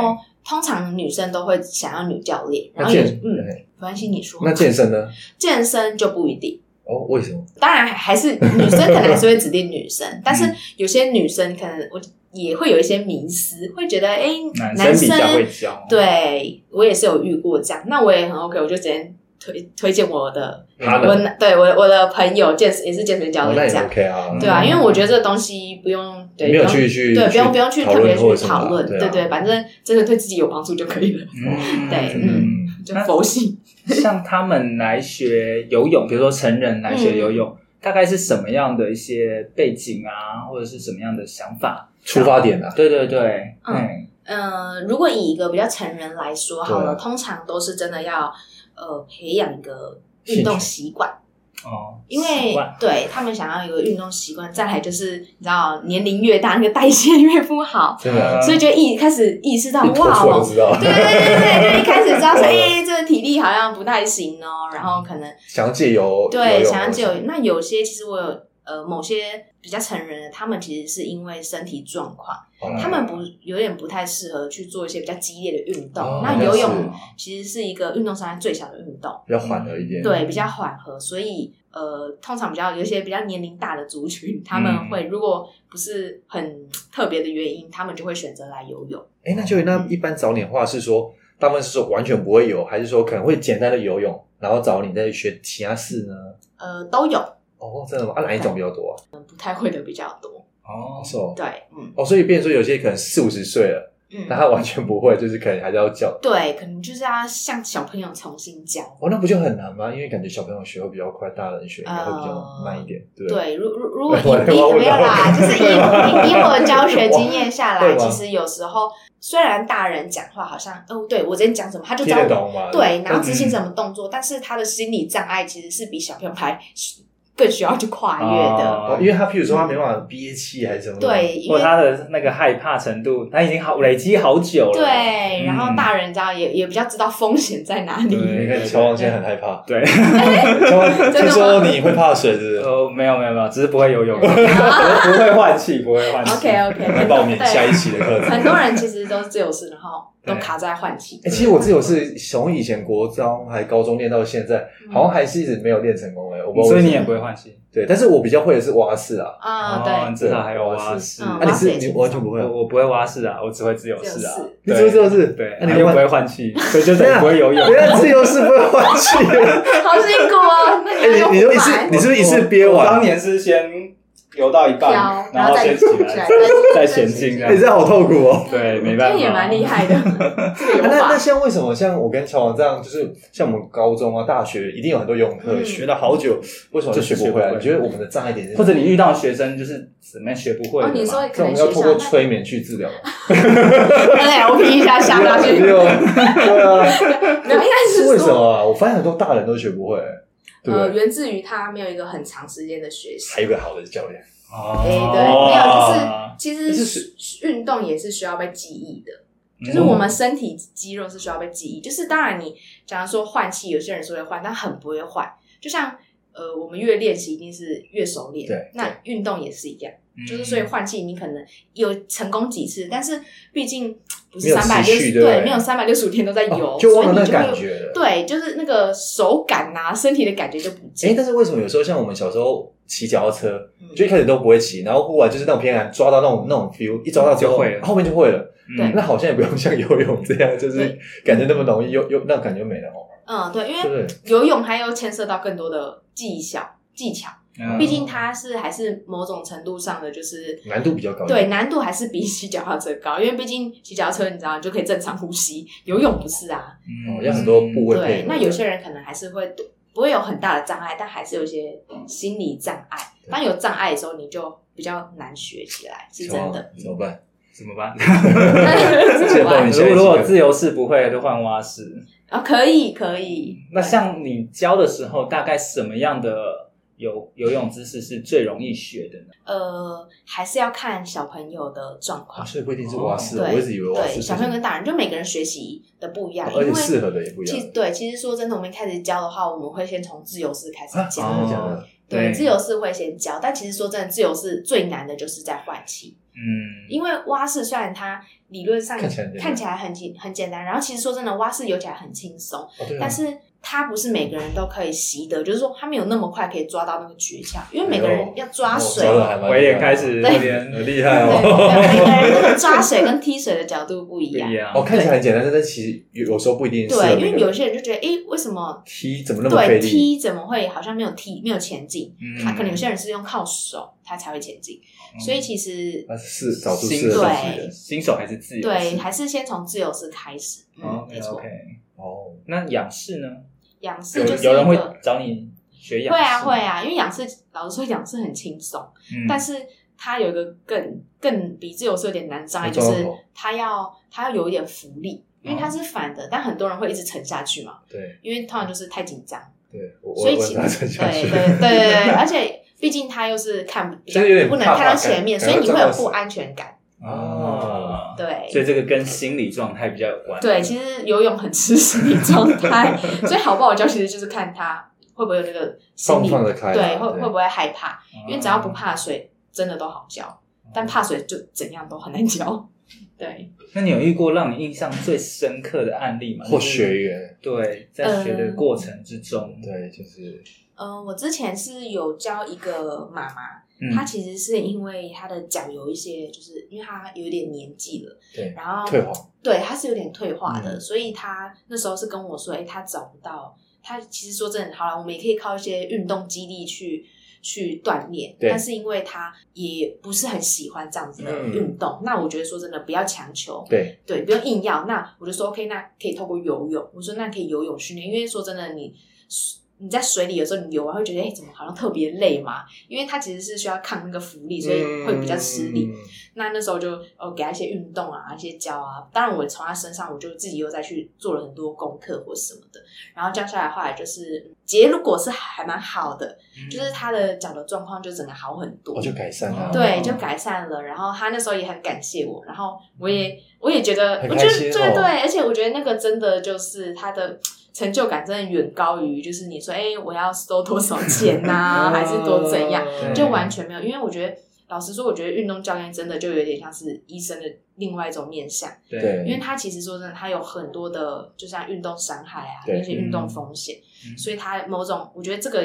S5: 通常女生都会想要女教练，然
S4: 那
S5: 后也
S4: 健
S5: 嗯，没
S4: 哎
S5: 关系，你说
S4: 那健身呢？
S5: 健身就不一定。
S4: 哦，为什么？
S5: 当然还是女生可能还是会指定女
S4: 嗯
S5: 生，但是有些女生可能我也会有一些迷思，会觉得哎、
S1: 男
S5: 男
S1: 生比较会教，，
S5: 对我也是有遇过这样，那我也很 OK，我就直接推推荐我的
S4: 他
S5: 我
S4: 呢？
S5: 对我我的朋友健身也是健身教
S4: 哦那
S5: 练
S4: 也
S5: 这样，
S4: OK 啊，
S5: 对啊，因为我觉得这个东西不用对
S4: 没有
S5: 不用
S4: 去去
S5: 对不用不用去
S4: 讨
S5: 特
S4: 论
S5: 别
S4: 或者
S5: 去
S4: 什么啊
S5: 讨论，
S4: 对
S5: 对
S4: 啊
S5: 对，反正真的对自己有帮助就可以了，
S1: 嗯
S5: 对
S1: 真的
S5: 嗯就
S1: 那
S5: 佛系。
S1: 像他们来学游泳，比如说成人来学游
S5: 嗯
S1: 泳，大概是什么样的一些背景啊，或者是什么样的想法？
S4: 出发点啊，
S1: 对对对，
S5: 嗯
S1: 嗯，
S5: 嗯，如果以一个比较成人来说好
S4: 对
S5: 了，
S4: 啊
S5: 通常都是真的要呃培养一个运动习惯。
S1: 哦，
S5: 因
S1: 习
S5: 为
S1: 惯
S5: 对他们想要有个运动习惯，再来就是你知道年龄越大，那个代谢越不好，
S4: 真的啊，
S5: 所以就意开始意识到
S4: 一口
S5: 哇
S4: 错都
S5: 哦，
S4: 知道，
S5: 对对对对，就一开始知道说，哎、这个体力好像不太行哦，然后可能
S4: 想要借由
S5: 对
S4: 游泳
S5: 想要就那有些其实我有呃某些比较成人的，他们其实是因为身体状况，
S4: 哦
S5: 他们不有点不太适合去做一些比较激烈的运动，
S4: 哦
S5: 那
S4: 那
S5: 游
S4: 是
S5: 泳其实是一个运动伤害最小的运动。
S4: 比较缓和一点，
S5: 对，比较缓和，所以呃，通常比较有一些比较年龄大的族群，他们会、如果不是很特别的原因，他们就会选择来游泳。
S4: 哎，那就那一般找你的话是说，大部分是说完全不会游，还是说可能会简单的游泳，然后找你再学其他事呢？
S5: 呃，都有
S4: 哦，真的吗？啊，哪一种比较多啊？
S5: 不太会的比较多，
S1: 哦，
S4: 是哦，
S5: 对，嗯，
S4: 哦，所以变成说有些可能四五十岁了，
S5: 嗯
S4: 那，他完全不会，就是可能还是要教。
S5: 对，可能就是要向小朋友重新教。
S4: 哦，那不就很难吗？因为感觉小朋友学会比较快，大人学应该会比较慢一点，对不对？
S5: 哦对，如如如果
S4: 我
S5: 以
S4: 我
S5: 以没有啦，就是以
S4: 对吧
S5: 以以我的教学经验下
S4: 对
S5: 来，
S4: 吧
S5: 其实有时候虽然大人讲话好像，哦，对我之前讲什么，他就知
S4: 听
S5: 道
S4: 得
S5: 我
S4: 懂吗？
S5: 对，然后执行
S4: 嗯
S5: 什么动作，但是他的心理障碍其实是比小朋友还需更需要去跨越的。
S4: 哦，因为他譬如说他没办法憋气还是什么的，
S5: 嗯对，因
S1: 或
S5: 为
S1: 者他的那个害怕程度，他已经好累积好久了。
S5: 对，然后
S1: 嗯
S5: 大人知道也也比较知道风险在哪 里。
S4: 你
S1: 对
S4: 看乔王现在很害怕，
S1: 对，
S4: 乔王
S5: 哎真的
S4: 听
S5: 吗
S4: 说你会怕水，是不
S1: 呃，没有没有没有，只是不会游 泳，不会换气，不会换气。
S5: OK
S4: 是？ 来
S5: OK，
S4: 报名下一期的课程
S5: 很。多人其实都是自由式，然后都
S4: 对
S5: 卡在换气
S4: 哎、。其实我自由是从以前国中还高中练到现在，
S5: 嗯
S4: 好像还是一直没有练成功哎、我不知道
S1: 所
S4: 为
S1: 以
S4: 什么
S1: 你也不会换气。
S4: 对，但是我比较会的是蛙式啊，
S5: 啊，
S1: 哦，
S5: 对
S1: 你，至少还有蛙式。
S5: 嗯
S4: 啊你
S5: 蛙式
S4: 是
S5: 也
S4: 你
S5: 轻松
S4: 完全不会、啊
S1: 我，我不会蛙式啊，我只会自由
S5: 自由
S1: 式啊
S5: 式。
S4: 你是不是自由式？
S1: 对，
S4: 那你
S1: 又
S4: 换
S1: 不会换气，所以就 等于不会游泳。
S4: 原来自由式不会换气，
S5: 好辛苦哦。那
S4: 哎、你你就一次
S5: 哦
S4: 你是不是一次憋
S1: 我当
S4: 完？
S1: 年是先游到一
S5: 飘
S1: 半，
S5: 然
S1: 然
S5: 后
S1: 后
S5: 再
S1: 先起来，再
S5: 再
S1: 前进这
S4: 哎、
S1: 样
S4: 这。样好痛苦哦。
S1: 对，没办法，
S5: 这也蛮厉害的，
S4: 啊
S5: 这个
S4: 那
S5: 有
S4: 那
S5: 法。
S4: 像为什么像我跟乔王这样，就是像我们高中啊、大学一定有很多游泳课、
S5: 嗯
S4: 学了好久，为什么就学不会啊？
S1: 就是学不会
S4: 你觉得我们的障碍点是什么？
S1: 或者你遇到学生就是怎么样学不会的
S5: 哦
S1: 嘛，
S5: 你说
S4: 这
S5: 可
S4: 种
S5: 能
S4: 要
S5: 学
S4: 透过
S5: 校
S4: 催眠去治疗吗？
S5: 那 LP 一下下下去，没
S4: 没
S5: 有，
S4: 有对 啊。
S5: 应该是
S4: 为什么
S5: 说，
S4: 啊？我发现很多大人都学不会，对不
S5: 呃，
S4: 对？
S5: 源自于他没有一个很长时间的学习
S4: 还。有一个好的教练，
S1: 哦，
S5: 对哎对，没有，就是其实运动也是需要被记忆的，
S1: 嗯
S5: 就是
S4: 嗯
S5: 我们身体肌肉是需要被记忆。就是当然你假如说换气，有些人是会换，但很不会换。就像呃，我们越练习一定是越熟练，
S4: 对
S5: 那运动也是一样。
S1: 嗯
S5: 就是所以换气你可能有成功几次，但是毕竟不
S4: 没
S5: 是
S4: 有
S5: 三百
S4: 持
S5: 六
S4: 续
S5: 十
S4: 对不对
S5: 没有三百六十五天都在游，
S4: 哦就忘了
S5: 所以
S4: 那
S5: 你会
S4: 感觉了。
S5: 对，就是那个手感啊，身体的感觉就不
S4: 哎，
S5: 见。
S4: 但是为什么有时候像我们小时候骑脚踏车，
S5: 嗯
S4: 就一开始都不会骑，然后忽然就是那种偏难抓到那种那种 feel，一抓到之后
S1: 就会了
S4: 后面就会了。
S1: 嗯
S5: 对
S4: 那好像也不用像游泳这样，就是
S5: 对
S4: 感觉那么容易，又又那感觉没了哦，
S5: 嗯，对，因
S4: 对不
S5: 为
S4: 对？
S5: 游泳还有牵涉到更多的技巧技巧，
S1: 嗯
S5: 毕竟它是还是某种程度上的就是
S4: 难度比较高一点
S5: 对，难度还是比 骑脚踏车高，因为毕竟骑脚踏车你知道你就可以正常呼吸，游泳不是啊。
S1: 嗯
S4: 哦，要很多部位配
S5: 嗯对，
S4: 合。
S5: 那有些人可能还是会不会有很大的障碍，但还是有一些
S4: 嗯
S5: 心理障碍。当有障碍的时候，你就比较难学起来，是真的。
S4: 怎么办？
S1: 怎么办？
S4: 这报 名
S1: 如
S4: 下
S1: 果
S4: 一期
S1: 如果
S4: 课。
S1: 自由式不会，就换蛙式。
S5: 啊、可以可以。
S1: 那像你教的时候，大概什么样的游游泳姿势是最容易学的呢？
S5: 呃，还是要看小朋友的状
S4: 啊，
S5: 况。
S4: 所以不一定是蛙式，哦
S5: 对
S4: 我一直以为蛙式
S5: 哦
S4: 啊
S5: 对，小朋友跟大人就每个人学习的不一样，
S4: 哦而且
S5: 因为
S4: 适合的也不一样
S5: 其对，其实说真的，我们一开始教的话，我们会先从自由式开始
S4: 啊，
S5: 教。
S4: 真的假的？
S5: 对，
S1: 对
S5: 自由式会先教，但其实说真的，自由式最难的就是在换气。
S1: 嗯，
S5: 因为蛙式虽然它理论上
S4: 看起来很简单
S5: 看起来很简很简单，然后其实说真的，蛙式游起来很轻松，
S4: 哦对啊
S5: 但是它不是每个人都可以习得，就是说他没有那么快可以抓到那个诀窍，因为每个人要抓水，
S4: 哦抓得还蛮
S1: 我也开始有点
S4: 很厉害
S5: 对，
S4: 哦。
S5: 每个人那个抓水跟踢水的角度不一
S1: 不
S5: 样
S1: 一。样
S4: 哦，。看起来很简单，但是其实有有时候不一定适合
S5: 对，因
S4: 每
S5: 为
S4: 个
S5: 有
S4: 人
S5: 些人就觉得，诶，为什么
S4: 踢怎么那么费
S5: 对
S4: 力？
S5: 踢怎么会好像没有踢没有前进？
S1: 嗯
S5: 他可能有些人是用靠手，他才会前进。
S4: 哦
S5: 所以其实
S4: 那是找出
S1: 新
S4: 适合自己
S5: 对
S4: 的
S1: 新手还是自由式？
S5: 对，还是先从自由式开始。嗯，没错
S1: o。k
S4: 哦。
S1: 那仰式呢？
S5: 仰式
S1: 有
S5: 就是
S1: 有人
S5: 一
S1: 会
S5: 个
S1: 找你学仰
S5: 会
S1: 式？
S5: 啊会。啊，因为仰式老实说仰式很轻松，
S1: 嗯
S5: 但是它有一个更更比自由式有点难的障碍，
S4: 要
S5: 就
S4: 抓
S5: 是
S4: 头
S5: 它要它要有一点浮力，因
S4: 哦
S5: 为它是反的，但很多人会一直沉下去嘛，
S4: 对
S5: 因为通常就是太紧张，
S4: 对，我我
S5: 所以
S4: 我
S5: 其
S4: 拿着下
S5: 对
S4: 去，
S5: 对 对对对，而且毕竟它又是看不
S4: 就是有点
S5: 不能
S4: 怕
S5: 看到
S4: 怕
S5: 前
S4: 感
S5: 面，
S4: 感
S5: 所以
S4: 觉
S5: 你
S4: 撞
S5: 会有
S4: 到
S5: 不
S4: 死
S5: 安全感，
S4: 哦
S1: 哦，
S5: 对，
S1: 所以这个跟心理状态比较有关。
S5: 对，其实游泳很 吃心理状态，所以好不好教其实就是看他会不会有那个心理，
S4: 放不放得开啊
S5: 对，会
S4: 对嗯
S5: 会不会害怕？因为只要不
S1: 哦，
S5: 怕水，真的都好教，但怕水就怎样都很难教。 对，
S1: 那你有遇过让你印象最深刻的案例吗？
S4: 或
S1: 就是
S4: 学员，
S1: 对，
S5: 呃
S1: 在学的过程之中，
S4: 对，就是
S5: 嗯、我之前是有教一个妈妈，
S1: 嗯
S5: 她其实是因为她的脚有一些，就是因为她有一点年纪了，
S4: 对
S5: 然后
S4: 退化，
S5: 对，他是有点退化的，
S4: 嗯
S5: 所以他那时候是跟我说，哎、他找不到，他其实说真的，好了，我们也可以靠一些运动激励去去锻炼，
S4: 对
S5: 但是因为他也不是很喜欢这样子的
S4: 嗯
S5: 运动，那我觉得说真的不要强求，
S4: 对，
S5: 对，不用硬要。那我就说 OK，那可以透过游泳。我说那可以游泳训练，因为说真的，你你在水里有时候你游完会觉得，哎、怎么好像特别累嘛？因为它其实是需要抗那个浮力，所以会比较吃力。
S4: 嗯
S5: 那那时候就呃给他一些运动啊，一些教啊。当然，我从他身上我就自己又再去做了很多功课或什么的。然后这样下来，后来就是嗯结果是还蛮好的，就是他的脚的状况就整个好很多。
S4: 嗯我就改善了。
S5: 对，
S1: 哦
S5: 就改善了。然后他那时候也很感谢我，然后我也我也觉得，
S4: 嗯很
S5: 我
S4: 开
S5: 觉得
S4: 心
S5: 对
S4: 哦
S5: 对，而且我觉得那个真的就是他的成就感，真的远高于就是你说，哎，我要收多少 钱呐、啊还是多怎样，
S4: 对
S5: 就完全没有。因为我觉得，老实说，我觉得运动教练真的就有点像是医生的另外一种面向。
S4: 对，
S5: 因为他其实说真的，他有很多的，就像运动伤害啊，
S4: 对
S5: 那些运动风险，
S1: 嗯
S5: 所以他某种，我觉得这个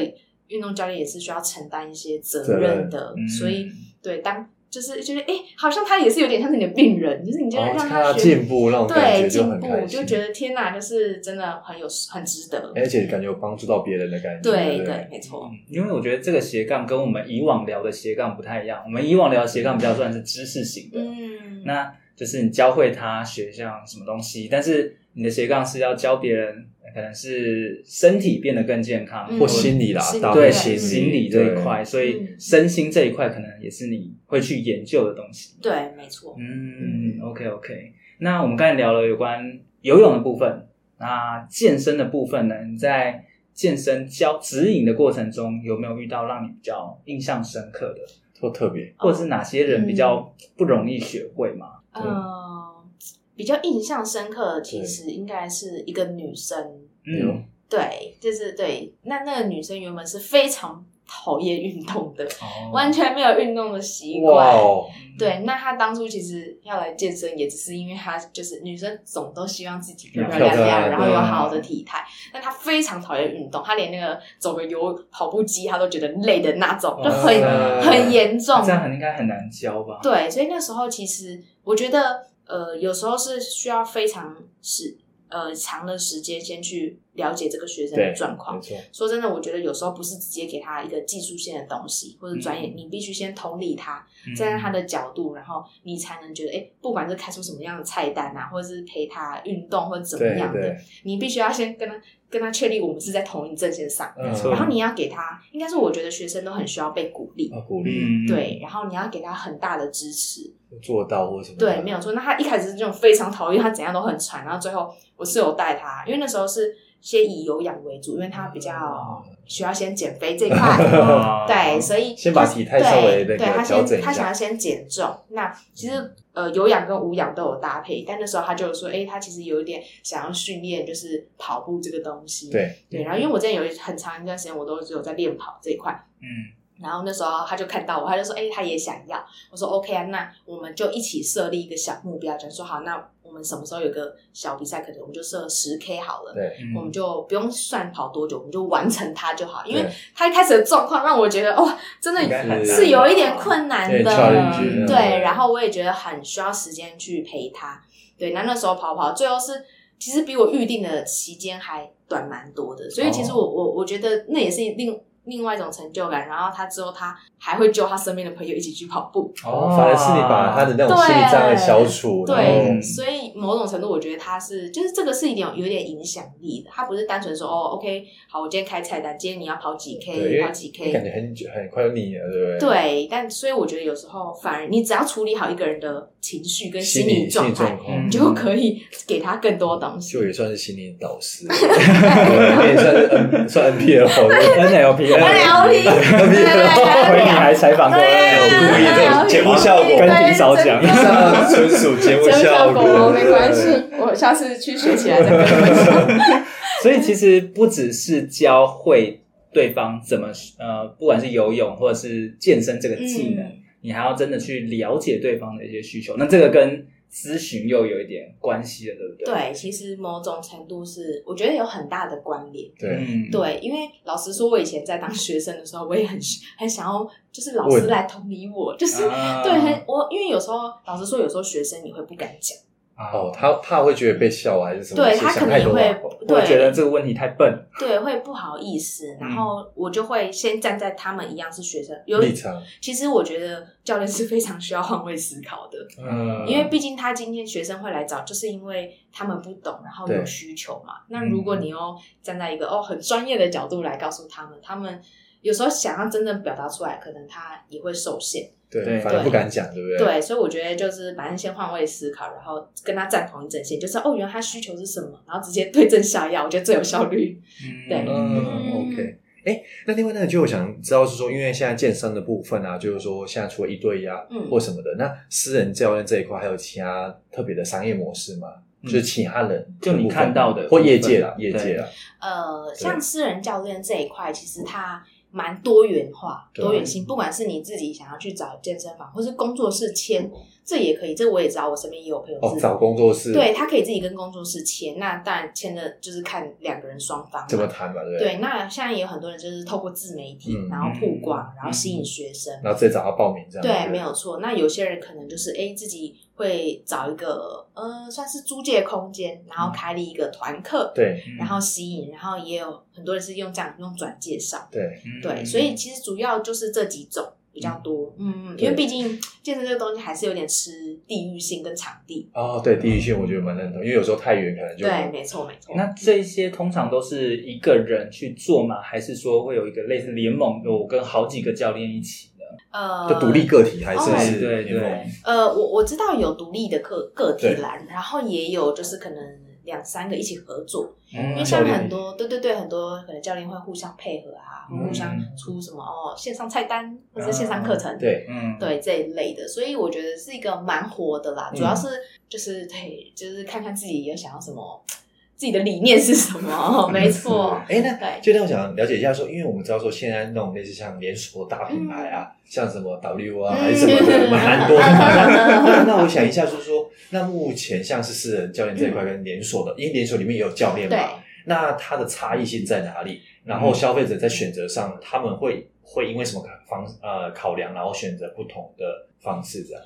S5: 运动教练也是需要承担一些
S4: 责
S5: 责
S4: 任
S5: 任的，
S1: 嗯
S5: 所以对，当就是觉得哎、诶好像他也是有点像是你的病人，就是你就
S4: 然
S5: 让
S4: 后哦看到
S5: 学、
S4: 进步，让我感觉就
S5: 对进
S4: 很
S5: 步，
S4: 开
S5: 就
S4: 心，哎
S5: 觉得天哪，就是真的很有很值得，
S4: 而且感觉有帮助到别人的感觉，
S5: 对
S4: 不
S5: 对，没错，
S1: 嗯因为我觉得这个斜杠跟我们以往聊的斜杠不太一样，我们以往聊的斜杠比较算是知识型
S4: 啊
S1: 的，
S5: 嗯，
S1: 那就是你教会他学像什么东西，但是你的斜杠是要教别人，可能是身体变得更健康，
S5: 嗯
S4: 或心理啦
S5: 心，理
S4: 搭
S1: 对
S4: 配
S5: 对
S4: 心
S1: 心
S4: 理
S1: 心理这一，块，所以
S5: 嗯
S1: 身心这一块可能也是你会去研究的东西。
S5: 对，没错，
S1: 嗯，OK OK。那我们刚才聊了有关游泳的部分，那健身的部分呢？你在健身教指引的过程中，有没有遇到让你比较印象深刻的，
S4: 对或特别
S1: 或者是哪些人比较
S4: 嗯
S1: 不容易学会吗？
S4: 对
S5: 呃，比较印象深刻的其
S4: 对
S5: 实应该是一个女生。
S4: 有
S1: 嗯，
S5: 对，就是对。那那个女生原本是非常讨厌运动的，
S1: 哦
S5: 完全没有运动的习
S4: 哇
S5: 惯。
S4: 哦，
S5: 对，那她当初其实要来健身，也只是因为她就是女生总都希望自己漂漂亮
S4: 漂亮
S5: 亮，然后有
S4: 对啊
S5: 好的体态。但她非常讨厌运动，她连那个走个游跑步机，她都觉得累的那种，
S4: 哦
S5: 就很
S4: 哇塞
S5: 很严重。
S1: 呃这样很应该很难教吧？
S5: 对，所以那时候其实我觉得，呃，有时候是需要非常时呃长的时间先去了解这个学生的
S4: 对，
S5: 状况
S4: 没。错，
S5: 说真的，我觉得有时候不是直接给他一个技术性的东西或者专业，
S1: 嗯
S5: 你必须先同理他，
S1: 嗯
S5: 站在他的角度，然后你才能觉得，哎，不管是开出什么样的菜单啊，或者是陪他运动或者怎么
S4: 对
S5: 样的
S4: 对，，
S5: 你必须要先跟他跟他确立我们是在同一阵线上，
S4: 嗯
S1: 错
S5: 然后你要给他，应该是我觉得学生都很需要被鼓励，
S4: 要鼓励
S1: 嗯，
S5: 对，然后你要给他很大的支持，
S4: 做到或什么的，
S5: 对，没有错。那他一开始是这种非常讨厌，他怎样都很喘，然后最后我是有带他，因为那时候是先以有氧为主，因为他比较
S4: 嗯
S5: 需要先减肥这一块。
S1: 哦
S5: 对，所以
S4: 先把
S5: 就是
S4: 体态稍微
S5: 对，
S4: 那个
S5: 对他
S4: 调整
S5: 先
S4: 一下嗯
S5: 他想要先减重。那其实呃有氧跟无氧都有搭配，但那时候他就说，哎，他其实有一点想要训练就是跑步这个东西。
S4: 对，
S5: 对，然后因为我之前有一很长一段时间我都只有在练跑这一块，
S1: 嗯，
S5: 然后那时候他就看到我，他就说：“哎、他也想要。”我说：“OK 啊，那我们就一起设立一个小目标，就说好，那我们什么时候有个小比赛，可能我们就设十 K 好了，
S4: 对，
S1: 嗯
S5: 我们就不用算跑多久，我们就完成它就好。因为
S4: 对
S5: 他一开始的状况让我觉得，哦，真
S1: 应该
S5: 的
S1: 很难
S5: 是有一点困难
S4: 对
S5: 的，
S4: challenge，
S5: 对。
S4: 嗯
S5: 然后我也觉得很需要时间去陪他。对，那那时候跑跑，最后是其实比我预定的期间还短蛮多的，所以
S4: 哦
S5: 其实我、我我觉得那也是另另外一种成就感。然后他之后他还会揪他身边的朋友一起去跑步，
S4: 哦，反而是你把他的那种心理障碍消除，
S5: 对，
S4: 然
S1: 嗯
S5: 所以某种程度我觉得他是就是这个是一点有点影响力的，他不是单纯说哦，OK，好，我今天开菜单，今天你要跑几
S4: 后对，
S5: K，
S4: 因
S5: 跑
S4: 为
S5: 几
S4: 你感觉
S5: K。
S4: 很久很快就腻了，对不对？
S5: 对，但所以我觉得有时候反而你只要处理好一个人的情绪跟
S4: 心
S5: 心
S4: 理心
S5: 理
S4: 理
S5: 状
S4: 状
S5: 态，
S4: 况
S5: 你就可以给他更多 东西。
S4: 就也算是心理导师， 对也算是 N 算 NPL，
S1: NLP
S5: NLP
S1: 回你还采访过
S4: 我故意的节目效果
S1: 跟平少讲
S4: 以上纯属节目
S5: 真效
S4: 效
S5: 果
S4: 果，
S5: 没关系，我下次去学起来再跟你 们说。
S1: 所以其实不只是教会对方怎么呃，不管是游泳或者是健身这个技能，
S5: 嗯
S1: 你还要真的去了解对方的一些需求。那这个跟咨询又有一点关系了，对不对？，
S5: 对，其实某种程度是我觉得有很大的关联。
S4: 对，
S1: 嗯，
S5: 对，因为老实说，我以前在当学生的时候，我也很很想要，就是老师
S4: 问
S5: 来同理我，就是、
S1: 啊
S5: 对，很我因为有时候老实说，有时候学生你会不敢讲，
S4: 哦，他怕会觉得被笑啊，还是什么？
S5: 对
S4: 是
S5: 他
S4: 想
S5: 可能
S4: 太
S5: 也
S4: 多
S5: 会
S4: 吧
S1: 我
S5: 对
S1: 觉得这个问题太笨，
S5: 对会不好意思，然后我就会先站在他们一样是学生有
S4: 嗯立场，
S5: 其实我觉得教练是非常需要换位思考的，
S4: 嗯，
S5: 因为毕竟他今天学生会来找，就是因为他们不懂，然后有
S4: 对嗯
S5: 需求嘛。那如果你又站在一个哦很专业的角度来告诉他们，他们有时候想要真正表达出来，可能他也会受限。
S4: 对，
S1: 对
S4: 反而不敢讲，对不对？
S5: 对，所以我觉得就是反正先换位思考，然后跟他站同一阵线，就是哦，原来他需求是什么，然后直接对症下药，我觉得最有效率。对
S4: 嗯
S5: 嗯
S4: ，OK。哎，那另外那个就我想知道是说，因为现在健身的部分啊，就是说现在除了一对一啊
S5: 嗯
S4: 或什么的，那私人教练这一块还有其他特别的商业模式吗？
S1: 嗯
S4: 就是其他人
S1: 就你
S4: 部分
S1: 看到的
S4: 或
S1: 部分
S4: 业界啦，业
S1: 对
S4: 界啦，
S5: 呃，像私人教练这一块，其实它蛮多元化、
S4: 对啊
S5: 多元性。不管是你自己想要去找健身房，或是工作室签，这也可以。这我也知道，我身边也有朋友
S4: 哦，
S5: 是，
S4: 找工作室
S5: 对他可以自己跟工作室签。那当然签的就是看两个人双方嘛
S4: 怎么谈嘛，对不
S5: 对，那现在也有很多人就是透过自媒体，
S4: 嗯
S5: 然后曝光，然后
S1: 嗯
S5: 吸引学生。
S4: 然后直接找他报名这样，
S5: 对，
S4: 不
S5: 没有错。那有些人可能就是哎，自己会找一个呃，算是租借空间，然
S4: 嗯
S5: 后开了一个团课，
S4: 对
S1: 嗯
S5: 然后吸引，然后也有很多人是用这样用转介绍，
S4: 对，
S1: 嗯
S5: 对，所以其实主要就是这几种比较多，嗯，
S4: 对
S5: 因为毕竟健身这个东西还是有点吃地域性跟场地，
S4: 哦，对，地域性我觉得蛮认同，因为有时候太远可能就
S5: 对，没错没错。
S1: 那这些通常都是一个人去做吗？还是说会有一个类似联盟，我跟好几个教练一起的？
S5: 呃，
S4: 就独立个体还是
S5: 哦
S4: 是
S1: 对
S4: 联盟
S1: 对，
S5: 呃，我我知道有独立的个个体栏，然后也有就是可能两三个一起合作，因为
S1: 嗯
S5: 像很多对对对，很多可能教练会互相配合啊，
S1: 嗯
S5: 互相出什么哦线上菜单或者是线上课程，
S4: 对，
S1: 嗯，
S5: 对这一类的，所以我觉得是一个蛮活的啦。
S4: 嗯
S5: 主要是就是对，就是看看自己有想要什么，自己的理念是什么。没错，
S4: 哎，那
S5: 对
S4: 就让我想了解一下说，因为我们知道说现在那种类似像连锁大品牌啊，像什么 W 啊
S5: 嗯
S4: 还是什么的，
S5: 嗯
S4: 蛮多的。那那我想一下，就是说，那目前像是私人教练这一块跟连锁的，因为连锁里面也有教练
S5: 对
S4: 嘛，那它的差异性在哪里？然后消费者在选择上，他们会会因为什么方呃考量，然后选择不同的方式这样？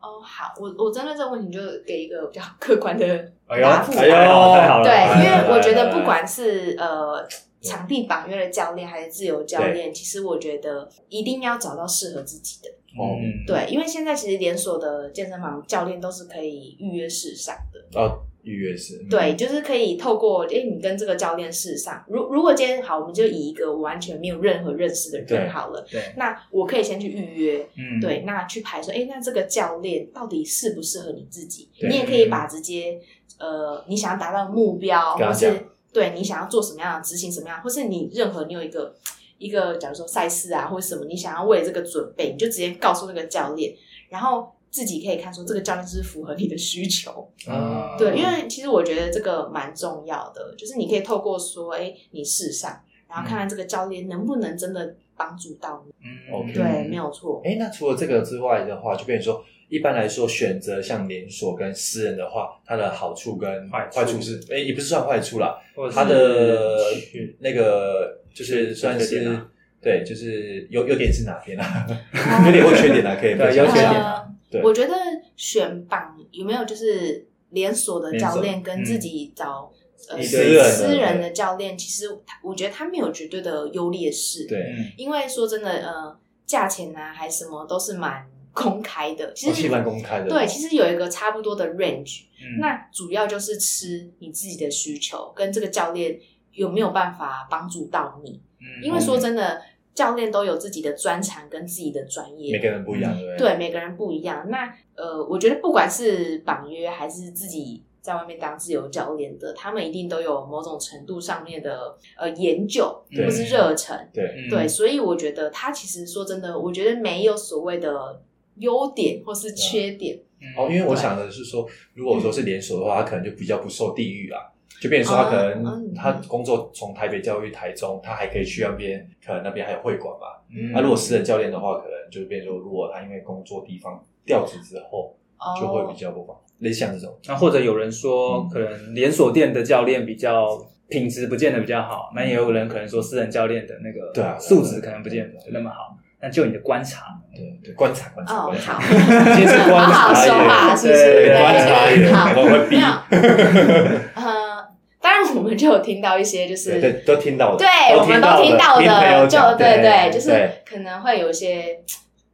S5: 哦，好，我我针对这个问题就给一个比较客观的
S4: 哎呦
S5: 答复。
S4: 哎呦
S1: 太好了太好了，
S5: 对，因
S4: 来
S5: 为
S4: 来
S5: 我觉
S4: 来
S5: 得
S4: 来嗯
S5: 不管是呃场地绑约的教练还是自由教练，其实我觉得一定要找到适合自己的。
S4: 哦
S1: 嗯，
S5: 对，因为现在其实连锁的健身房教练都是可以预约试上的。
S4: 哦，预约是，嗯
S5: 对，就是可以透过诶、你跟这个教练试上。如如果今天好，我们就以一个我完全没有任何认识的
S4: 对
S5: 人好了，
S1: 对，
S5: 那我可以先去预约，
S1: 嗯，
S5: 对，那去排说，诶、那这个教练到底适不适合你自己？
S4: 对嗯
S5: 你也可以把直接呃，你想要达到的目标，
S4: 跟他
S5: 或
S4: 讲
S5: 是对你想要做什么样的执行什么样，或是你任何你有一个。一个假如说赛事啊，或者什么，你想要为了这个准备，你就直接告诉那个教练，然后自己可以看说这个教练是不是符合你的需求。
S4: 啊，
S5: 对，因为其实我觉得这个蛮重要的，就是你可以透过说，哎、你试上，然后看
S4: 嗯
S5: 看这个教练能不能真的帮助到你。
S1: 嗯
S4: 哦 OK
S5: 对，没有错。
S4: 哎，那除了这个之外的话，就变成说，一般来说选择像连锁跟私人的话，它的好处跟
S1: 坏处
S4: 坏处是，哎，也不是算坏处啦，
S1: 或者是
S4: 它的
S1: 去
S4: 那个就是
S1: 缺
S4: 算
S1: 缺点
S4: 是
S1: 啊
S4: 对，就是优优点是哪边啊？ 优点或缺点啊，可以
S1: 对
S4: 分
S1: 优
S4: 享一
S1: 缺
S4: 下
S1: 点
S5: 呃
S4: 对
S5: 哦我觉得选榜有没有就是连锁的教
S4: 连
S5: 练跟自己找、
S4: 嗯
S5: 呃
S1: 一对一的
S5: 私人的教练，其实他我觉得他没有绝对的优劣势。
S4: 对，
S1: 嗯
S5: 因为说真的，呃，价钱啊还什么都是蛮公开的。其
S4: 哦
S5: 实
S4: 是蛮公开的，
S5: 对，其实有一个差不多的 range。
S1: 嗯
S5: 那主要就是吃你自己的需求，跟这个教练有没有办法帮助到你。
S1: 嗯
S5: 因为说真的，教练都有自己的专长跟自己的专
S4: 每个
S5: 业，
S4: 人不一样，对不对？
S5: 对每个人不一样。那呃，我觉得不管是绑约还是自己在外面当自由教练的，他们一定都有某种程度上面的呃研究
S4: 对
S5: 或是热忱。
S4: 对，
S1: 嗯
S5: 对，所以我觉得他其实说真的，我觉得没有所谓的优点或是缺点。
S1: 嗯
S4: 哦，因为我想的是说，如果说是
S5: 嗯
S4: 连锁的话，它可能就比较不受地域啊。就变成说，他可
S5: 哦
S4: 能
S5: 嗯
S4: 他工作从台北教育台中，他还可以去那边，可能那边还有会馆吧，
S1: 嗯
S4: 啊那、如果私人教练的话，可能就变成说，如果他因为工作地方调职之后，就会
S5: 哦
S4: 比，较不方便，类似像这种。
S1: 那或者有人说，
S4: 嗯
S1: 可能连锁店的教练比较品质不见得比较好，那也有人可能说私人教练的那
S4: 对啊
S1: 个素质可能不见得那么好。那就你的观察，
S4: 对对，观察观察，
S5: 哦
S4: 观察
S5: 好，
S4: 今天是观
S5: 好好
S4: 察
S5: 说
S4: 员，
S5: 话，是不是？
S1: 对
S4: 对，观察员，
S5: 好，
S4: 我会逼，
S5: 那呃，当然我们就有听到一些就
S4: 对
S5: 是
S4: 对，都听到的，
S5: 对，我们都听
S4: 听
S5: 到的，
S4: 的，
S5: 就
S4: 对
S5: 对，就
S4: 对
S5: 是可能会有一些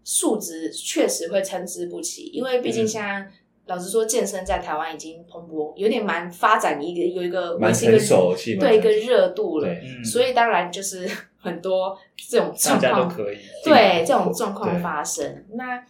S5: 数值确实会参差不齐，因为毕竟现在、老实说，健身在台湾已经蓬勃，有点蛮发展一个有一个
S4: 蛮
S5: 是一个
S4: 成熟，其实蛮
S5: 对一个
S4: 成熟
S5: 热度了，
S4: 对，
S1: 嗯，
S5: 所以当然就是很多这种
S1: 大
S5: 状
S1: 家都
S5: 况，
S1: 可以，
S5: 对这种状况
S4: 对
S5: 发生，那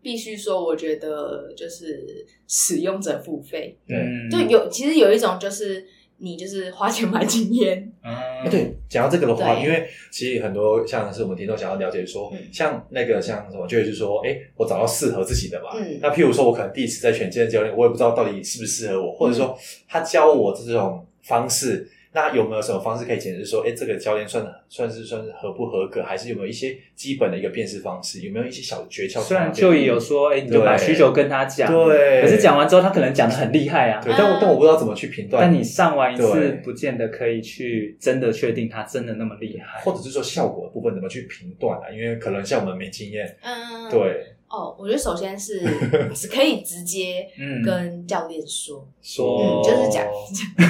S5: 必须说，我觉得就是使用者付费，
S1: 嗯，
S5: 就有其实有一种就是你就是花钱买经验，
S4: 哎
S1: 嗯，
S4: 对，讲到这个的话，
S5: 对
S4: 因为其实很多像是我们听众想要了解说
S5: 嗯，
S4: 像那个像什么，就是说，哎，我找到适合自己的嘛。
S5: 嗯
S4: 那譬如说，我可能第一次在选健身教练，我也不知道到底适不适
S5: 嗯
S4: 合我，或者说他教我这种方式，那有没有什么方式可以解释说，哎，这个教练算算是算是合不合格，还是有没有一些基本的一个辨识方式，有没有一些小诀窍？
S1: 虽然就也有说，哎，你就把
S4: 对
S1: 需求跟他讲，
S4: 对，
S1: 可是讲完之后，他可能讲的很厉害啊，
S4: 对，但我但我不知道怎么去评断。
S1: 但你上完一
S4: 对
S1: 次，不见得可以去真的确定他真的那么厉害，
S4: 或者是说效果的部分怎么去评断啊？因为可能像我们没经验，
S5: 嗯，。
S4: 对，
S5: 哦，我觉得首 先是只可以直接
S1: 嗯，
S5: 跟教练说，
S1: 说
S4: 哦
S5: 嗯就 是讲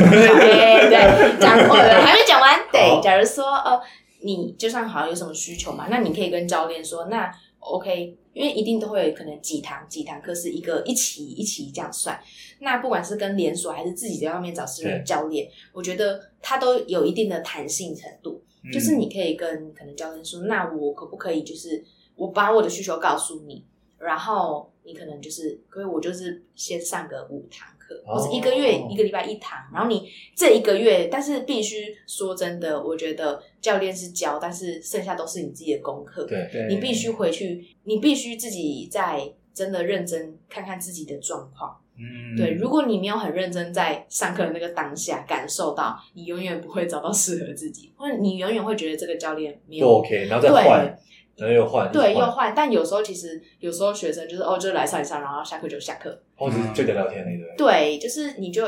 S5: 对对，讲我还没讲完，对，
S4: 好
S5: 假如说呃，你就算好像有什么需求嘛，那你可以跟教练说，那 OK，因为一定都会有可能几堂几堂课是一个一期一期这样算，那不管是跟连锁还是自己在外面找私人
S4: 对
S5: 教练，我觉得它都有一定的弹性程度。
S1: 嗯
S5: 就是你可以跟可能教练说，那我可不可以就是我把我的需求告诉你，然后你可能就是，可以我就是先上个五堂课，
S4: 哦
S5: 或者一个月一个礼拜一堂，然后你这一个月，但是必须说真的，我觉得教练是教，但是剩下都是你自己的功课，
S4: 对，
S1: 对
S5: 你必须回去，你必须自己在真的认真看看自己的状况。
S1: 嗯
S5: 对，如果你没有很认真在上课的那个当下感受到，你永远不会找到适合自己，或者你永远会觉得这个教练没
S4: 不
S5: 有
S4: OK，然后
S5: 对
S4: 再换，然后又换，
S5: 对
S4: 一直
S5: 又
S4: 换，
S5: 换。但有时候其实有时候学生就是哦，就来上一上，然后下课就下课。
S4: 或者哦是就聊聊天那个，
S5: 对，就是你就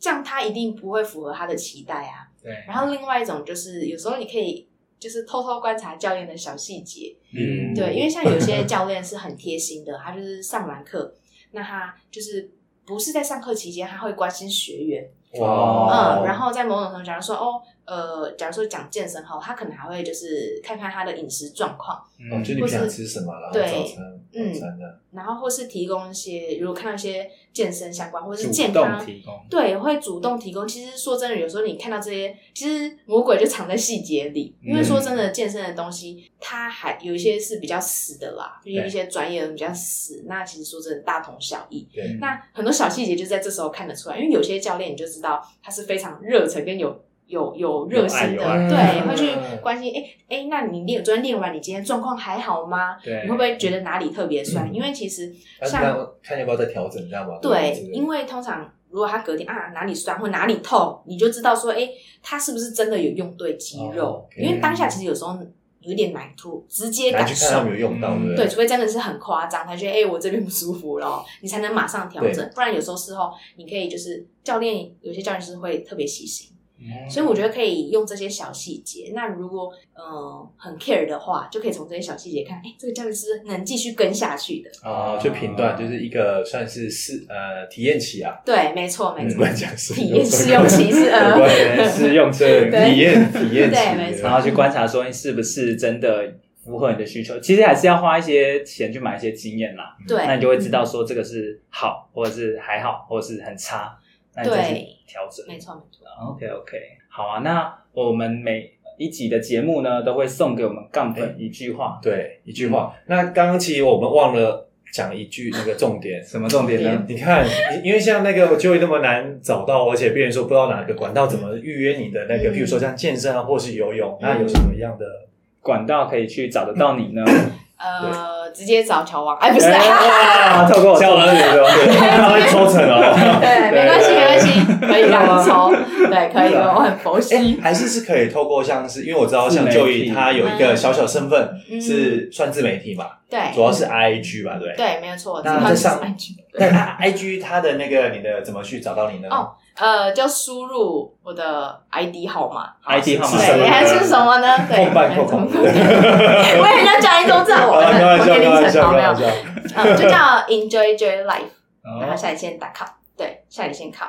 S5: 这样，他一定不会符合他的期待啊。
S1: 对，
S5: 然后另外一种就是有时候你可以就是偷偷观察教练的小细节，
S1: 嗯
S5: 对，因为像有些教练是很贴心的，他就是上完课，那他就是不是在上课期间，他会关心学员，
S4: 哇，
S5: 嗯，然后在某种程度，假如说哦，呃，假如说讲健身后，他可能还会就是看看他的饮食状况，
S1: 嗯
S4: 哦就你平常吃什么，然后
S5: 对
S4: 早餐、晚
S5: 嗯
S4: 餐的，
S5: 然后或是提供一些，如果看到一些健身相关或是健
S1: 主动
S5: 康。
S1: 提供，
S5: 对，会主动提供。其实说真的，有时候你看到这些，其实魔鬼就藏在细节里。因为
S1: 嗯
S5: 说真的，健身的东西它还有一些是比较死的啦，毕竟
S1: 对
S5: 一些专业的比较死。那其实说真的，大同小异。
S1: 嗯
S4: 对，
S5: 那很多小细节就在这时候看得出来，因为有些教练你就知道他是非常热忱跟有有有热心
S1: 有
S5: 的，
S1: 爱嗯
S4: 有爱
S5: 对，会去关心，哎、哎、那你练昨天练完，你今天状况还好吗？
S1: 对，
S5: 你会不会觉得哪里特别酸？因为其实
S4: 但是
S5: 像
S4: 那嗯啊看要不要再调整，这样吧，
S5: 对
S4: 这，个
S5: 因为通常如果他隔天啊哪里酸或哪里痛，你就知道说，哎、他是不是真的有用对肌
S4: 哦
S5: 肉？
S4: ，OK
S5: 因为当下其实有时候有点难突直接
S4: 拿
S5: 感
S4: 去看他有没
S5: 受
S4: 有。用到，
S1: 嗯
S4: 对不
S5: 对，除非真的是很夸张，他觉得哎、欸我这边不舒服了， 你才能马上调整。不然有时候事后你可以就是教练，有些教练是会特别细心，
S1: 嗯
S5: 所以我觉得可以用这些小细节。那如果嗯、呃很 care 的话，就可以从这些小细节看，哎、这个教练是不是能继续跟下去的。
S4: 啊，去评断就是一个算是试呃体验期啊，
S5: 对，没错，没
S4: 嗯
S5: 错
S4: 不，能讲试
S5: 体验试用期是呃
S4: 对
S1: 试用期，
S4: 对
S5: 对
S4: 体验体验期，
S5: 对没错
S1: 然后去观察说你哎是不是真的符合你的需求，其实还是要花一些钱去买一些经验啦，
S5: 对，
S1: 那你就会知
S5: 嗯
S1: 道说这个是好，或者是还好，或者是很差，那你再去
S5: 对
S1: 调整
S5: 嗯，。没错，没错。
S1: OK OK，好啊，那我们每一集的节目呢，都会送给我们杠粉一句话，
S4: 对，一句话。那刚刚其实我们忘了讲一句那个重点。
S1: 什么重点呢？
S4: 你看， 因因为像那个 Joey 那么难找到，而且别人说不知道哪个管道怎么预约你的那个，
S5: 嗯
S4: 譬如说像健身啊，或是游
S1: 嗯
S4: 泳，那有什么样的？
S1: 管道可以去找得到你呢？
S5: 呃，直接找乔王，嗯哎，不是、
S1: 哎哇，透过我
S4: 啊 像我那个，对他会抽成哦。
S5: 对，没关系，没关系，可以让你抽。对，可以，
S4: 对啊
S5: 我很佛系
S4: 哎，。还是是可以透过像是，因为我知道像
S1: 自
S4: 就
S1: 媒体
S4: 以他有一个小小身份
S5: 嗯
S4: 是算自媒体嘛，
S5: 对
S4: 主要是 IG 嘛，对不对？
S5: 对，没有错。
S4: 那
S5: 这
S4: 在
S5: 个
S4: 上
S5: 是安全的
S4: 那他 IG 他的那个你的怎么去找到你呢？
S5: 哦呃，就输入我的 ID 号码。
S4: ，ID 号码
S5: 对，你还是什么呢？对，
S4: 空办空空
S5: 我以为人家讲你怎么 知道
S4: 好
S5: 我的？
S4: 啦哦开玩
S5: 我
S4: 笑，开
S5: 给你
S4: 玩
S5: 成
S4: 笑，
S5: 好
S4: 开
S5: 没有
S4: 玩？笑。
S5: 嗯，就叫 Enjoy Joy Life，然后
S1: 哦
S5: 下底线 .com，对，下底线 com。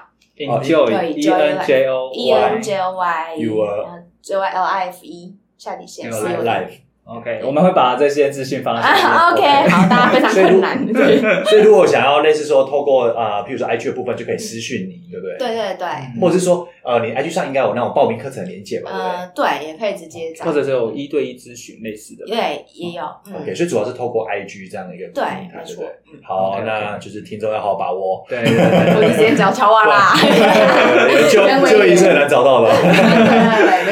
S1: ，enjoy e
S5: 对
S1: n j o
S5: E N J O Y
S4: You are-
S5: 嗯 J Y L I F E 下底线
S1: You
S5: 是
S1: are
S5: 有
S4: Live，
S1: OK，我们会把这些资讯放在
S5: 啊
S1: 下面。
S5: ，OK，好，大家非 常
S4: 所以
S5: 困
S4: 如
S5: 难。对
S4: 所以如果想要类似说透过啊、呃譬如说 IG 的部分就可以私讯你，对不对？
S5: 对。对对，
S4: 或者是说，呃，你 IG 上应该有那种报名课程的连接吧，对不对？
S5: 呃，对，也可以直接找
S1: 或，者是有一对一咨询类似的，
S5: 对，也有，嗯，
S4: OK，所以主要是透过 IG 这样的一个平
S5: 对
S4: 台，，
S5: 没
S4: 对不
S5: 错嗯
S4: 对？。好
S1: OK，OK
S4: 那就是听众要好好把握。
S1: 对对对
S5: 我就直接找乔 瓦啦，对
S4: 对就
S5: 跟我一
S4: 就
S5: 样
S4: 也是很难找到的。
S5: 对 对，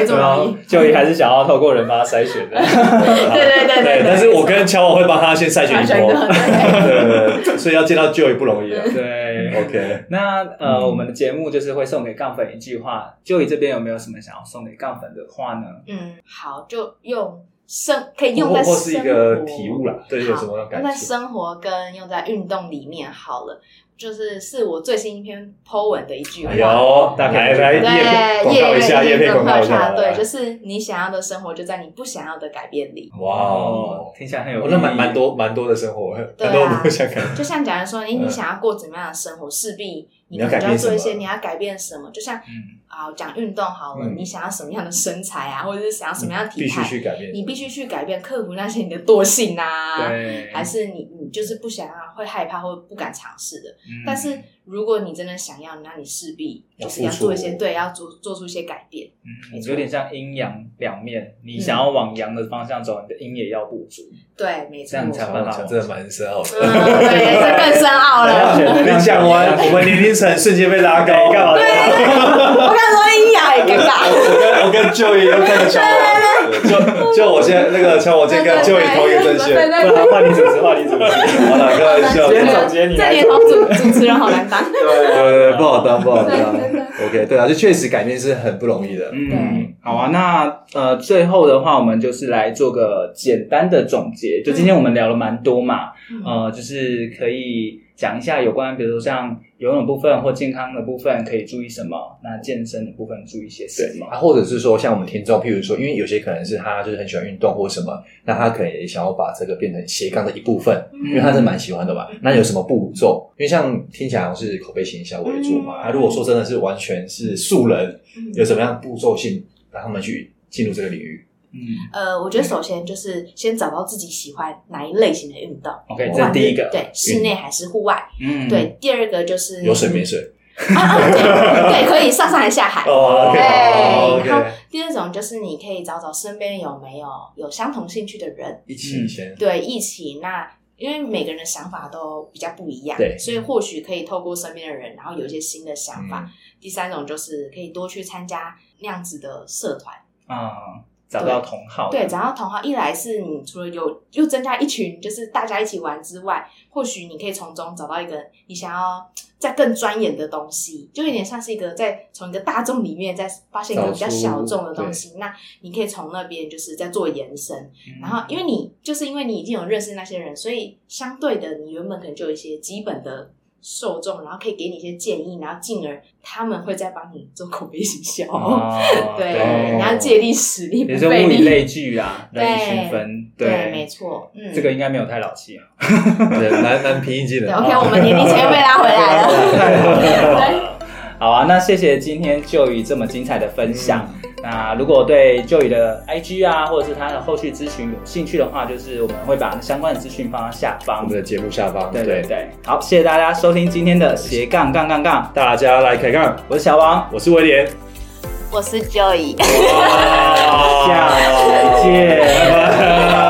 S5: 没
S1: 然
S5: 这么容
S1: 后
S4: 啊
S5: 易。
S1: 就也还是想要透过人帮他筛选的。
S5: 对对
S4: 对，
S5: 对对，
S4: 但是我跟乔王会帮他先筛选
S5: 完
S4: 一
S5: 全
S4: 波
S5: 的，。对
S4: 对对对，所以要见到 Joy 不容易啊。
S5: 嗯
S1: 对
S4: OK，
S1: 那呃，我们的节目就是会送给杠粉一句话，就以这边有没有什么想要送给杠粉的话呢？
S5: 嗯，好，就用生可以用
S4: 或
S5: 在
S4: 或是一
S5: 生
S4: 个
S5: 活
S4: 体悟啦，对，有什么样的
S5: 用
S4: 感
S5: 在
S4: 触？
S5: 生活跟用在运动里面好了，就是是我最新一篇 po 文的一句话。
S4: 有，来来，叶
S5: 对，
S4: 广告一下，叶
S5: 叶
S4: 配
S5: 跟
S4: 广告一下，
S5: 对，就是是你想要的生活就在你不想要的改变里。
S4: 哇哦
S1: 哦，，听起来很有意
S4: 我
S1: 义，
S4: 那蛮蛮多蛮多的生活，
S5: 对啊
S4: 很多我不想看。
S5: 就像假如说，你
S4: 嗯
S5: 你想要过怎么样的生活，势必
S4: 你
S5: 你
S4: 要
S5: 可
S4: 改
S5: 能就要
S4: 变
S5: 做一
S4: 什么
S5: 些你要改变什么。就像
S1: 嗯
S5: 啊，讲运动好了，
S4: 嗯
S5: 你想要什么样的身材啊，或者是想要什么样的体
S4: 必须
S5: 态，
S4: 去改变，
S5: 你必须去改变，克服那些你的惰性啊，
S1: 对，
S5: 还是你你就是不想要、会害怕或不敢尝试的。
S1: 嗯
S5: 但是如果你真的想要，那你势必
S4: 要
S5: 就是要
S4: 付出
S5: 做一些对，要做做出一些改变。
S1: 嗯有点像阴阳两面，你想要往阳的方向走，你的阴也要补足。
S5: 对，没错，
S1: 这样才有办
S4: 哇。
S1: 法
S4: 讲真的蛮深奥的。
S5: 嗯，对，这更深奥 了。
S4: 你讲完，我们年龄层瞬间被拉高，干嘛？
S5: 我刚才说阴阳也尴尬。
S4: 我跟我跟 Joey 又看着小我，
S5: 啊
S4: 对就就我现在那个小我今天跟 Joey 同一个阵线，
S5: 对对
S1: 不
S5: 对
S1: 然换你主持，换你主持。
S4: 好了，开玩 笑，
S1: 今
S4: 对
S1: 天总结你
S5: 这
S1: 来
S5: 年头主主持人好难当。
S4: 对对，不好当，不好当
S5: 对真的。
S4: OK，对啊，就确实改变是很不容易的。
S1: 嗯，好啊，那呃，最后的话，我们就是来做个简单的总结。就今天我们聊了蛮多嘛，呃，就是可以讲一下有关，比如说像游泳的部分或健康的部分可以注意什么，那健身的部分注意些什么。
S4: 啊，或者是说，像我们听众，譬如说，因为有些可能是他就是很喜欢运动或什么，那他可能也想要把这个变成斜杠的一部分，
S1: 嗯
S4: 因为他是蛮喜欢的嘛。那有什么步骤？因为像听起来好像是口碑行销为主嘛，
S5: 嗯
S4: 啊，如果说真的是完全是素人，有什么样的步骤性让他们去进入这个领域？
S1: 嗯
S5: 呃，我觉得首先就是先找到自己喜欢哪一类型的运动，
S1: ，OK，这是第
S4: 啊
S1: 一个。
S5: 对，室内还是户外？
S1: 嗯，
S5: 对，第二个就是
S4: 有水没水？
S5: 啊啊，对对，可以上山下海。
S4: 哦，OK，哦
S5: 对，然后
S4: ，OK，
S5: 第二种就是你可以找找身边有没有有相同兴趣的人，
S4: 一起先
S5: 对，一起那。因为每个人的想法都比较不一样，
S4: 对
S5: 所以或许可以透过身边的人，然后有一些新的想法。
S4: 嗯
S5: 第三种就是可以多去参加那样子的社团，
S1: 啊，找到同嗯好。
S5: 对，找到同好。一来是你除了有又增加一群，就是大家一起玩之外，或许你可以从中找到一个你想要再更钻研的东西，就有点像是一个在从一个大众里面再发现一个比较小众的东西。那你可以从那边就是在做延伸，
S1: 嗯
S5: 然后因为你就是因为你已经有认识那些人，所以相对的你原本可能就有一些基本的。受众，然后可以给你一些建议，然后进而他们会再帮你做口碑行销，
S1: 哦，
S5: 对，
S4: 对
S5: 你要借力使力，
S1: 也
S5: 不
S1: 是
S5: 费
S1: 物以
S5: 力。
S1: 类聚啊，
S5: 对
S1: 人以群分。
S5: 对，没错，嗯，
S1: 这个应该没有太老气啊。
S4: 对，蛮蛮平易近人
S5: 对
S4: 的。
S5: ，OK，我们年龄层又被拉回来了，
S1: 好啊，那谢谢今天就宇这么精彩的分享。
S4: 嗯
S1: 那如果对就宇的 IG 啊，或者是他的后续咨询有兴趣的话，就是我们会把相关的资讯放到下
S4: 我
S1: 方
S4: 们。的节目下方，
S1: 对对对，好，谢谢大家收听今天的斜杠杠杠杠，
S4: 大家来开杠，
S1: 我是小王，
S4: 我是威廉，
S5: 对， 我是 Joy，
S4: 哇
S1: 下次见。
S4: 拜
S5: 拜拜。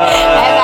S4: 拜。